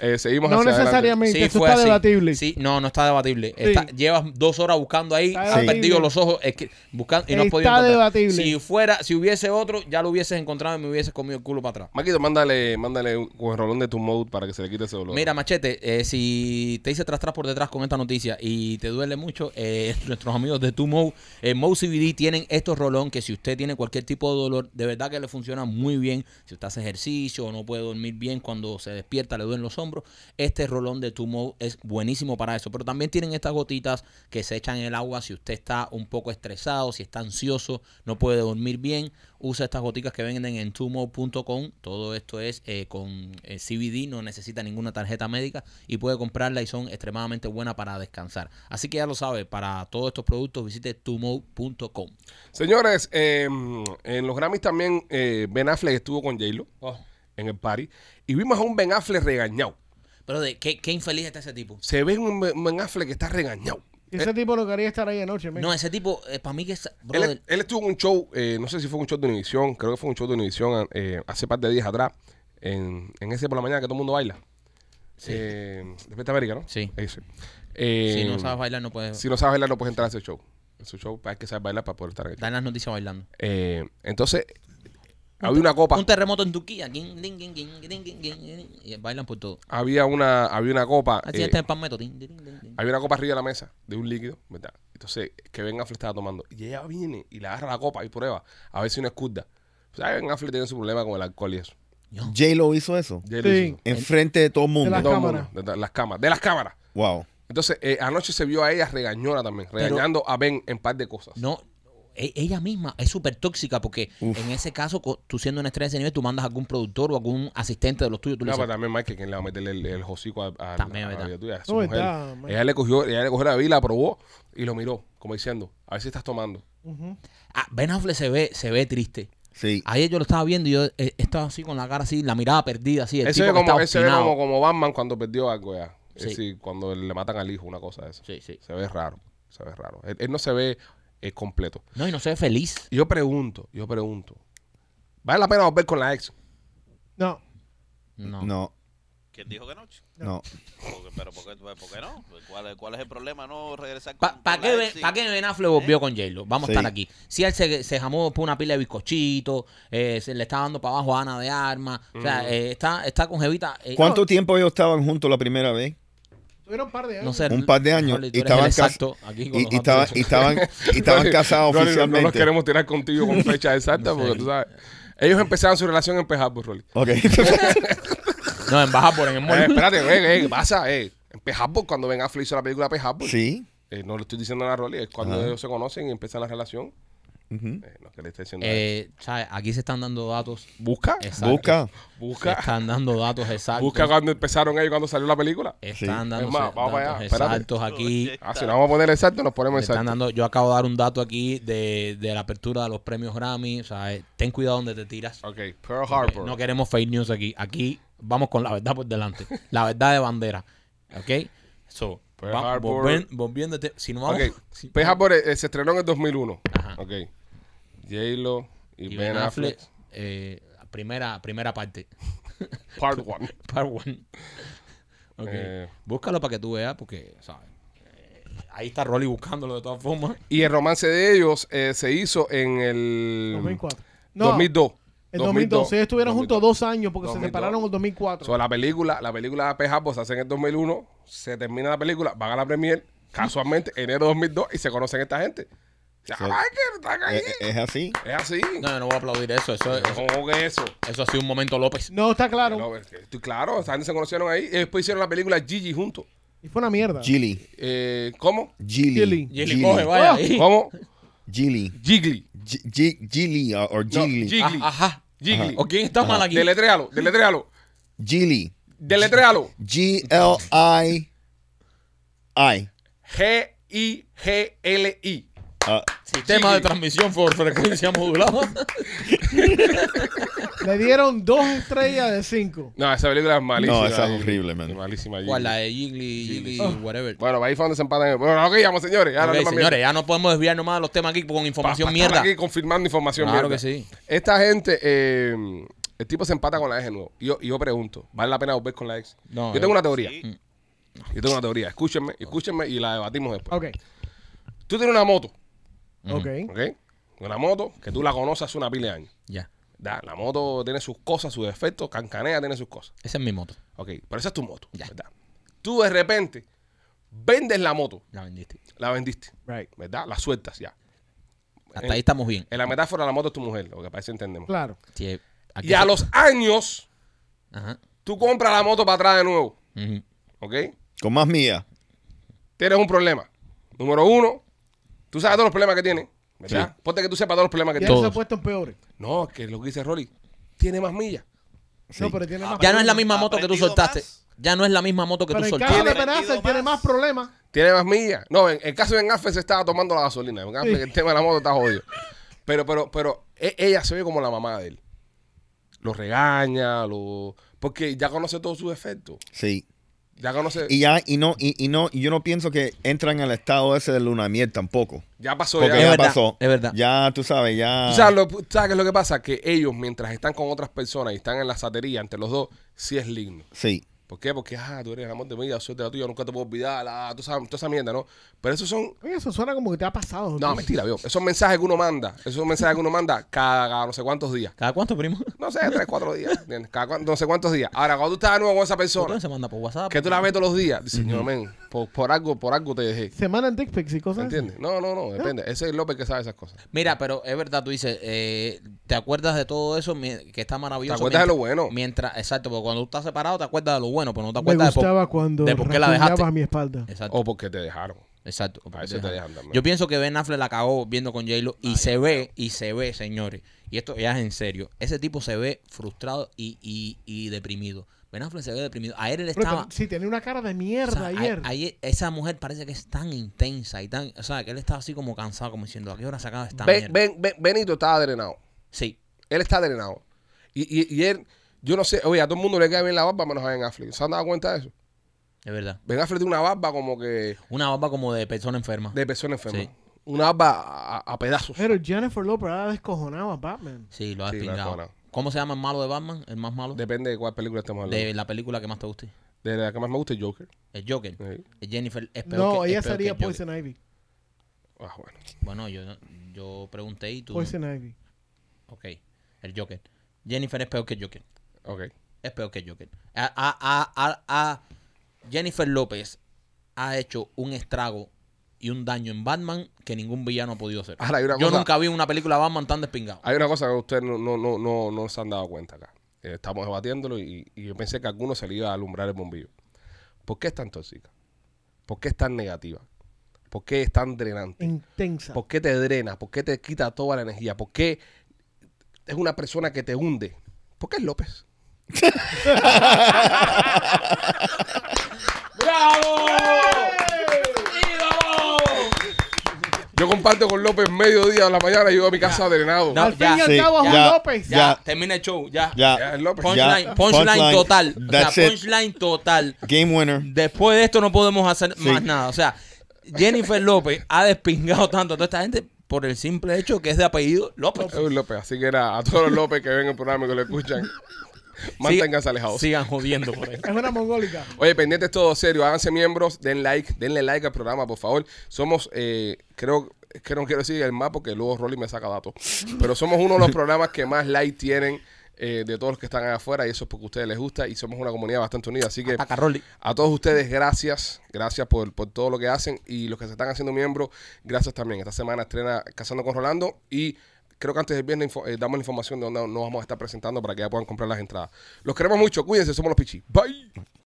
S3: eh, seguimos
S5: No
S3: hacia adelante.
S5: necesariamente,
S4: Sí,
S5: eso
S4: fue
S5: está
S4: así.
S5: debatible.
S4: Sí, no, no está debatible. Está-
S5: Sí.
S4: llevas dos horas buscando ahí,
S5: Está
S4: has
S5: debatible.
S4: perdido los ojos es que- buscando y no has
S5: Está
S4: podido encontrar.
S5: debatible.
S4: Si fuera, si hubiese otro, ya lo hubieses encontrado y me hubieses comido el culo para atrás.
S3: Maquito, mándale, mándale un con el rolón de tu mode para que se le quite ese dolor.
S4: Mira, Machete, eh, si te hice tras tras por detrás con esta noticia y te duele mucho, eh, nuestros amigos de Tumo, eh, Mo CBD tienen estos rolón que si usted tiene cualquier tipo de dolor, de verdad que le funciona muy bien. Si usted hace ejercicio o no puede dormir bien cuando se despierta, le duelen los hombros, este rolón de Tumo es buenísimo para eso. Pero también tienen estas gotitas que se echan en el agua si usted está un poco estresado, si está ansioso, no puede dormir bien. Usa estas goticas que venden en tumo.com. Todo esto es eh, con eh, CBD, no necesita ninguna tarjeta médica y puede comprarla y son extremadamente buenas para descansar. Así que ya lo sabe, para todos estos productos visite tumo.com.
S3: Señores, eh, en los Grammys también eh, Ben Affleck estuvo con J-Lo en el party y vimos a un Ben Affleck regañado.
S4: Pero de qué, qué infeliz está ese tipo.
S3: Se ve un Ben- Ben Affleck que está regañado.
S5: Ese tipo no quería estar ahí anoche, men.
S4: Eh, No, ese tipo, para mí que es...
S3: Él,
S4: brother,
S3: él estuvo en un show, eh, no sé si fue un show de Univisión, creo que fue un show de Univisión eh, hace par de días atrás, en, en ese por la mañana que todo el mundo baila.
S4: Sí.
S3: Eh, Despierta América, ¿no?
S4: Sí.
S3: Ese. Eh,
S4: si no sabes bailar no puedes...
S3: si no sabes bailar, no puedes entrar a ese show. Ese show hay que saber bailar para poder estar en el show.
S4: Dan las noticias bailando.
S3: Eh, entonces, había una copa.
S4: Un terremoto en Turquía. Guin, din, guin, guin, guin, guin, guin, guin. Y bailan por todo.
S3: Había una, había una copa.
S4: Así
S3: eh,
S4: está el palmeto. Din, din, din, din.
S3: Había una copa arriba de la mesa de un líquido, ¿verdad? Entonces, que Ben Affleck estaba tomando. Y ella viene y le agarra la copa y prueba a ver si no es curda. O sea, Ben Affleck tiene su problema con el alcohol y eso.
S6: J-Lo hizo eso.
S3: Ya él
S5: Sí.
S3: hizo.
S6: Enfrente de todo el
S3: De
S5: las
S6: mundo.
S3: todo el
S5: cámaras.
S3: mundo, de- de las cámaras. De las cámaras.
S6: Wow.
S3: Entonces, eh, anoche se vio a ella regañona también, regañando a Ben en par de cosas.
S4: No, e- ella misma es súper tóxica porque
S6: Uf.
S4: en ese caso, co- tú siendo una estrella de ese nivel, tú mandas a algún productor o algún asistente de los tuyos. Tú le
S3: No,
S4: dices,
S3: pero también Mike, quien le va a meter el, el hocico a, a-
S4: También,
S3: a la
S4: ¿verdad?
S3: vida tuya, a su
S5: No,
S3: mujer.
S5: verdad, Mike.
S3: ella le cogió, ella le cogió la vila, probó y lo miró, como diciendo, a ver si estás tomando.
S4: "Ah, ben Affleck se ve, se ve triste.
S6: Sí.
S4: Ayer yo lo estaba viendo y yo eh, estaba así con la cara así, la mirada perdida, así. El
S3: Ese
S4: tipo
S3: es
S4: que
S3: como,
S4: está
S3: ese ve
S4: obstinado.
S3: como, como Batman cuando perdió algo ya. Es
S4: Sí.
S3: decir, cuando le matan al hijo, una cosa de eso.
S4: Sí, sí.
S3: Se ve raro, se ve raro. Él, él no se ve eh, completo.
S4: No, y no se ve feliz.
S3: Y Yo pregunto, yo pregunto, ¿vale la pena volver con la ex?
S5: No.
S4: No.
S6: No,
S7: ¿Quién dijo que no? chico?
S6: no.
S7: Porque- pero ¿por qué, pues, por qué no? ¿Cuál, es- ¿Cuál es el problema? No regresar
S4: ¿Para
S7: con
S4: qué,
S7: la
S4: ben,
S7: ex y-
S4: pa' qué Ben Affleck volvió con J-Lo? Vamos
S6: Sí.
S4: a estar aquí. Si él se, se jamó por una pila de bizcochitos, eh, se le está dando para abajo a Ana de armas. O
S3: Mm.
S4: sea, eh, está, está con Jevita. eh,
S6: ¿Cuánto tiempo ellos estaban juntos la primera vez?
S5: Tuvieron un par de años.
S4: No sé.
S6: Un par de años.
S4: Rolly, tú
S6: Y
S4: eres el
S6: estaban, cas-
S4: exacto aquí con
S6: y,
S4: los
S6: y estaban-
S4: datos.
S6: y estaban, y estaban
S3: Rolly,
S6: casados
S3: Rolly, no-
S6: oficialmente.
S3: No nos queremos tirar contigo con fecha exacta porque tú sabes. Ellos empezaron su relación en Pearl Harbor, Rolly.
S6: Ok.
S4: No, en Baja por en el
S3: Eh,
S4: mall.
S3: espérate, eh, eh, ¿qué pasa? Eh, en Pearl Harbor, cuando Ben Affleck hizo la película Pearl Harbor,
S6: sí.
S3: eh, no le estoy diciendo nada a Rolly, es cuando
S6: Ajá.
S3: ellos se conocen y empiezan la relación.
S6: Ujú.
S3: Eh, no, que le esté diciendo a él.
S4: Eh, ¿sabes? Aquí se están dando datos.
S3: Busca,
S4: Exactos.
S6: Busca.
S4: Se
S3: busca,
S4: están dando datos exactos.
S3: busca cuando empezaron ellos, cuando salió la película.
S4: Están
S6: Sí.
S4: dando
S3: Es más, vamos para
S4: datos
S3: allá, espérate.
S4: exactos aquí.
S7: Oye,
S3: Ah, si no vamos a poner exacto, nos
S4: Le
S3: ponemos
S4: están
S3: exacto.
S4: dando, yo acabo de dar un dato aquí de, de la apertura de los premios Grammy. O sea, eh, ten cuidado donde te tiras. Eh,
S3: Ok, Pearl Harbor.
S4: No queremos fake news aquí. Aquí vamos con la verdad por delante. La verdad de bandera. ¿Ok? So,
S3: Pearl
S4: va-
S3: Harbor.
S4: volven- volviéndote. Si no vamos.
S3: Pues Ok,
S4: si-
S3: Pearl Harbor eh, se estrenó en el 2001.
S4: Ajá.
S3: Ok. J-Lo y,
S4: y
S3: Ben Affleck,
S4: eh, primera, primera parte.
S3: part one.
S4: Part one. Ok.
S3: Eh.
S4: Búscalo para que tú veas, porque, ¿sabes? Eh, ahí está Rolly buscándolo de todas formas.
S3: Y el romance de ellos eh, se hizo en el
S5: 2004.
S4: Mm.
S5: No,
S3: 2002.
S5: En 2002. Ellos estuvieron juntos dos años porque
S3: 2002.
S5: se separaron en el 2004.
S3: So, la película, la película de Pearl Harbor se hace en el 2001, se termina la película, van a la premier, casualmente enero de 2002 y se conocen esta gente. Ya,
S6: So-
S3: ay, que están ahí.
S6: Eh, eh, Es así.
S3: es así.
S4: No, yo no voy a aplaudir eso. Eso, eso,
S3: ¿Cómo que eso?
S4: eso ha sido un momento López. Ah,
S5: no, está
S3: No,
S5: claro.
S3: es que estoy claro, esa gente se conocieron ahí y después hicieron la película Gigi juntos.
S5: Y fue una mierda.
S6: Gilly.
S3: Eh, ¿Cómo?
S6: Gilly.
S4: Y él coge,
S5: Ah.
S4: vaya. ahí.
S3: ¿Cómo?
S6: Gilly.
S3: Jiggly.
S6: Gi- Gi- Gilly uh, or
S3: No,
S6: Gilly.
S3: Jiggly.
S4: Ah, Ajá.
S3: Jiggly.
S4: ¿O quién está mal aquí?
S3: Deletréalo, deletréalo,
S6: Gilly.
S3: deletréalo.
S6: G-L-I. I.
S3: G-I-G-L-I.
S6: Ah,
S4: Sistema de transmisión por frecuencia modulada.
S5: Le dieron dos estrellas de cinco.
S3: No, esa película es malísima.
S6: No, esa es
S3: Gigli.
S6: horrible, man.
S3: Malísima. Gigli.
S4: ¿Cuál? La de Jiggly, Jiggly, eh, whatever.
S3: Bueno, ahí fue donde se empatan. Bueno, ok, vamos, señores. Ya
S4: Ok,
S3: no más mierda.
S4: señores, ya no podemos desviar nomás de los temas aquí con
S3: Pa- pa
S4: información
S3: estar
S4: mierda.
S3: aquí confirmando información
S4: Claro
S3: mierda.
S4: que sí.
S3: Esta gente, eh, el tipo se empata con la ex de nuevo. Y yo, y yo pregunto, ¿vale la pena volver con la ex?
S4: No,
S3: yo
S4: eh,
S3: tengo una teoría.
S7: Sí.
S3: Yo tengo una teoría. Escúchenme, escúchenme y la debatimos después.
S5: Ok,
S3: Tú tienes una moto,
S4: Mm.
S5: ok.
S3: ¿ok? Una moto que tú la conoces hace una pila de años.
S4: Ya.
S3: Da, la moto tiene sus cosas, sus defectos, cancanea, tiene sus cosas.
S4: Esa es mi moto.
S3: Ok, pero esa es tu moto, ¿verdad? Tú de repente vendes la moto,
S4: La vendiste.
S3: la vendiste,
S5: Right.
S3: ¿verdad? La sueltas ya. Eh,
S4: Hasta ahí estamos bien.
S3: En la metáfora, la moto es tu mujer, lo que parece entendemos.
S5: Claro.
S4: Sí, aquí
S3: Y a
S4: se-
S3: los años,
S4: Ajá.
S3: Tú compras la moto para atrás de nuevo,
S4: Ujú.
S3: ¿ok?
S6: con más mía.
S3: Tienes un problema. Número uno, tú sabes todos los problemas que tiene, ¿verdad? Ponte que tú sepas todos los problemas que
S5: Ya
S3: tiene.
S5: se ha
S4: Todos.
S5: puesto en peores.
S3: No, es que lo que dice Rolly, tiene más millas.
S5: No, pero tiene más
S4: Ya no es la
S5: problemas.
S4: misma moto que tú
S7: Ah, Aprendido
S4: soltaste.
S7: más.
S4: Ya no es la misma moto que
S5: Pero
S4: tú
S5: en
S4: soltaste.
S5: caso de
S7: Tiene-
S5: amenaza, él tiene más problemas.
S3: Tiene más millas. No, en el caso de Ben Affleck se estaba tomando la gasolina. Ben Affleck, el tema de la moto está jodido. Pero, pero, pero e- ella se ve como la mamá de él. Lo regaña, lo... Porque ya conoce todos sus defectos.
S6: Sí.
S3: Ya conoce...
S6: Y ya, y no, y, y no, y yo no pienso que entran al estado ese de luna de miel tampoco.
S3: ya pasó
S6: Porque
S3: ya.
S6: ya
S4: verdad,
S6: pasó.
S4: es verdad.
S6: Ya, tú sabes, ya.
S3: Tú sabes, lo, tú sabes qué es lo que pasa? Que ellos, mientras están con otras personas y están en la satería entre los dos, sí es lindo.
S6: Sí.
S3: ¿Por qué? Porque, ah, tú eres el amor de mi vida, soy de la tuya, nunca te puedo olvidar, ah, tú sabes, toda esa mierda, ¿no? Pero esos son...
S5: Oye, eso suena como que te ha pasado.
S3: No, mentira, vio. Esos mensajes que uno manda, esos mensajes que uno manda cada, cada no sé cuántos días.
S4: ¿Cada cuánto, primo?
S3: No sé, tres, cuatro días, ¿entiendes? Cada cuan- no sé cuántos días. Ahora, cuando tú estás de nuevo con esa persona,
S4: Entonces se manda por WhatsApp.
S3: que tú la ves todos los días, dices, no, men, por, por algo, por algo te dejé.
S5: Semana en dick pics y cosas. así.
S3: ¿Entiendes? No, no, no, depende. Ese es López que sabe esas cosas.
S4: Mira, pero es verdad, tú dices, eh, ¿te acuerdas de todo eso mi- que está maravilloso?
S3: ¿Te acuerdas de
S4: mientras-
S3: lo bueno?
S4: Mientras, exacto, porque cuando tú estás separado te acuerdas de lo bueno, pero no te
S5: Me
S4: acuerdas de,
S5: gustaba
S4: por,
S5: cuando
S4: de por qué la dejaste.
S5: rasguñabas a mi espalda.
S4: Exacto,
S3: O porque te dejaron.
S4: exacto.
S3: Oh. a veces te dejan también.
S4: Yo pienso que Ben Affleck la cagó viendo con J-Lo y se ve, y se ve, señores, y esto ya es en serio, ese tipo se ve frustrado y, y, y deprimido. Ben Affleck se ve deprimido. A él le
S5: Pero
S4: estaba...
S5: tam- sí, tenía una cara de
S4: o
S5: mierda
S4: sea, a-
S5: ayer.
S4: ayer- esa mujer parece que es tan intensa y tan... O sea, que él estaba así como cansado, como diciendo, ¿a qué hora se acaba esta
S3: Ben-
S4: mierda?
S3: Ben- Ben- Benito estaba drenado.
S4: Sí,
S3: Él está drenado. Y, y, y él, yo no sé, oye, a todo el mundo le cae bien la barba menos a Ben Affleck. ¿Se han dado cuenta de eso?
S4: es verdad.
S3: Ben Affleck tiene una barba como que
S4: Una barba como de persona enferma.
S3: de persona enferma.
S4: Sí.
S3: Una barba a, a- a pedazos.
S5: Pero Jennifer Lopez ha descojonado a Batman.
S4: Sí, lo has
S3: Sí, lo has
S4: pingado.
S3: cobrado.
S4: ¿Cómo se llama el malo de Batman? El más malo. De,
S3: Depende de cuál película estamos hablando.
S4: la película que más te guste.
S3: De, la que más me gusta es Joker.
S4: El Joker.
S3: Sí.
S4: El Jennifer es peor
S5: Eh. No,
S4: que- es
S5: ella
S4: peor
S5: sería
S4: que el Joker.
S5: Poison Ivy.
S3: Ah, bueno.
S4: Bueno, yo, yo pregunté y tú.
S5: Poison Ivy.
S4: Ok, el Joker. Jennifer es peor que el Joker.
S3: Ok.
S4: Es peor que el Joker. A, a- a- a- a- Jennifer López ha hecho un estrago y un daño en Batman que ningún villano ha podido hacer.
S3: Ahora, hay una
S4: yo
S3: cosa- Ah,
S4: nunca vi una película de Batman tan despingado.
S3: Hay una cosa que ustedes no, no, no, no, no se han dado cuenta acá. Eh, Estamos debatiéndolo y, y yo pensé que a alguno se le iba a alumbrar el bombillo. ¿Por qué es tan tóxica? ¿Por qué es tan negativa? ¿Por qué es tan drenante?
S5: Intensa.
S3: ¿Por qué te drena? ¿Por qué te quita toda la energía? ¿Por qué es una persona que te hunde? ¿Por qué es López? ¡Bravo! Yo comparto con López mediodía de la mañana y llego a mi casa drenado.
S4: No,
S5: Al fin
S4: ya,
S5: y al
S6: sí,
S5: cabo,
S6: ya,
S5: Juan López.
S4: Ya,
S6: Ya.
S4: termina el show, ya.
S3: Ya,
S6: Ya.
S3: es López.
S4: Punchline,
S6: pues Ya.
S4: punchline
S6: Punchline.
S4: total. O sea,
S6: That's it.
S4: punchline total.
S6: Game winner.
S4: Después de esto no podemos hacer más nada. O sea, Jennifer López ha despingado tanto a toda esta gente por el simple hecho que es de apellido López.
S3: Es un López. Así que era a todos los López que ven el programa y que lo escuchan, manténganse alejados.
S4: Sigan jodiendo por ahí.
S5: Es una mongólica.
S3: Oye, pendientes todo serio, háganse miembros, den like, denle like al programa, por favor. Somos, eh, creo, es que no quiero decir el más porque luego Rolly me saca datos, pero somos uno de los programas que más like tienen eh, de todos los que están allá afuera y eso es porque a ustedes les gusta y somos una comunidad bastante unida. Así que
S4: Ataca, Rolly.
S3: a todos ustedes, gracias, gracias por, por todo lo que hacen y los que se están haciendo miembros, gracias también. Esta semana estrena Casando con Rolando y creo que antes del viernes info- eh, damos la información de dónde nos vamos a estar presentando para que ya puedan comprar las entradas. Los queremos mucho, cuídense, somos los Pichis. Bye.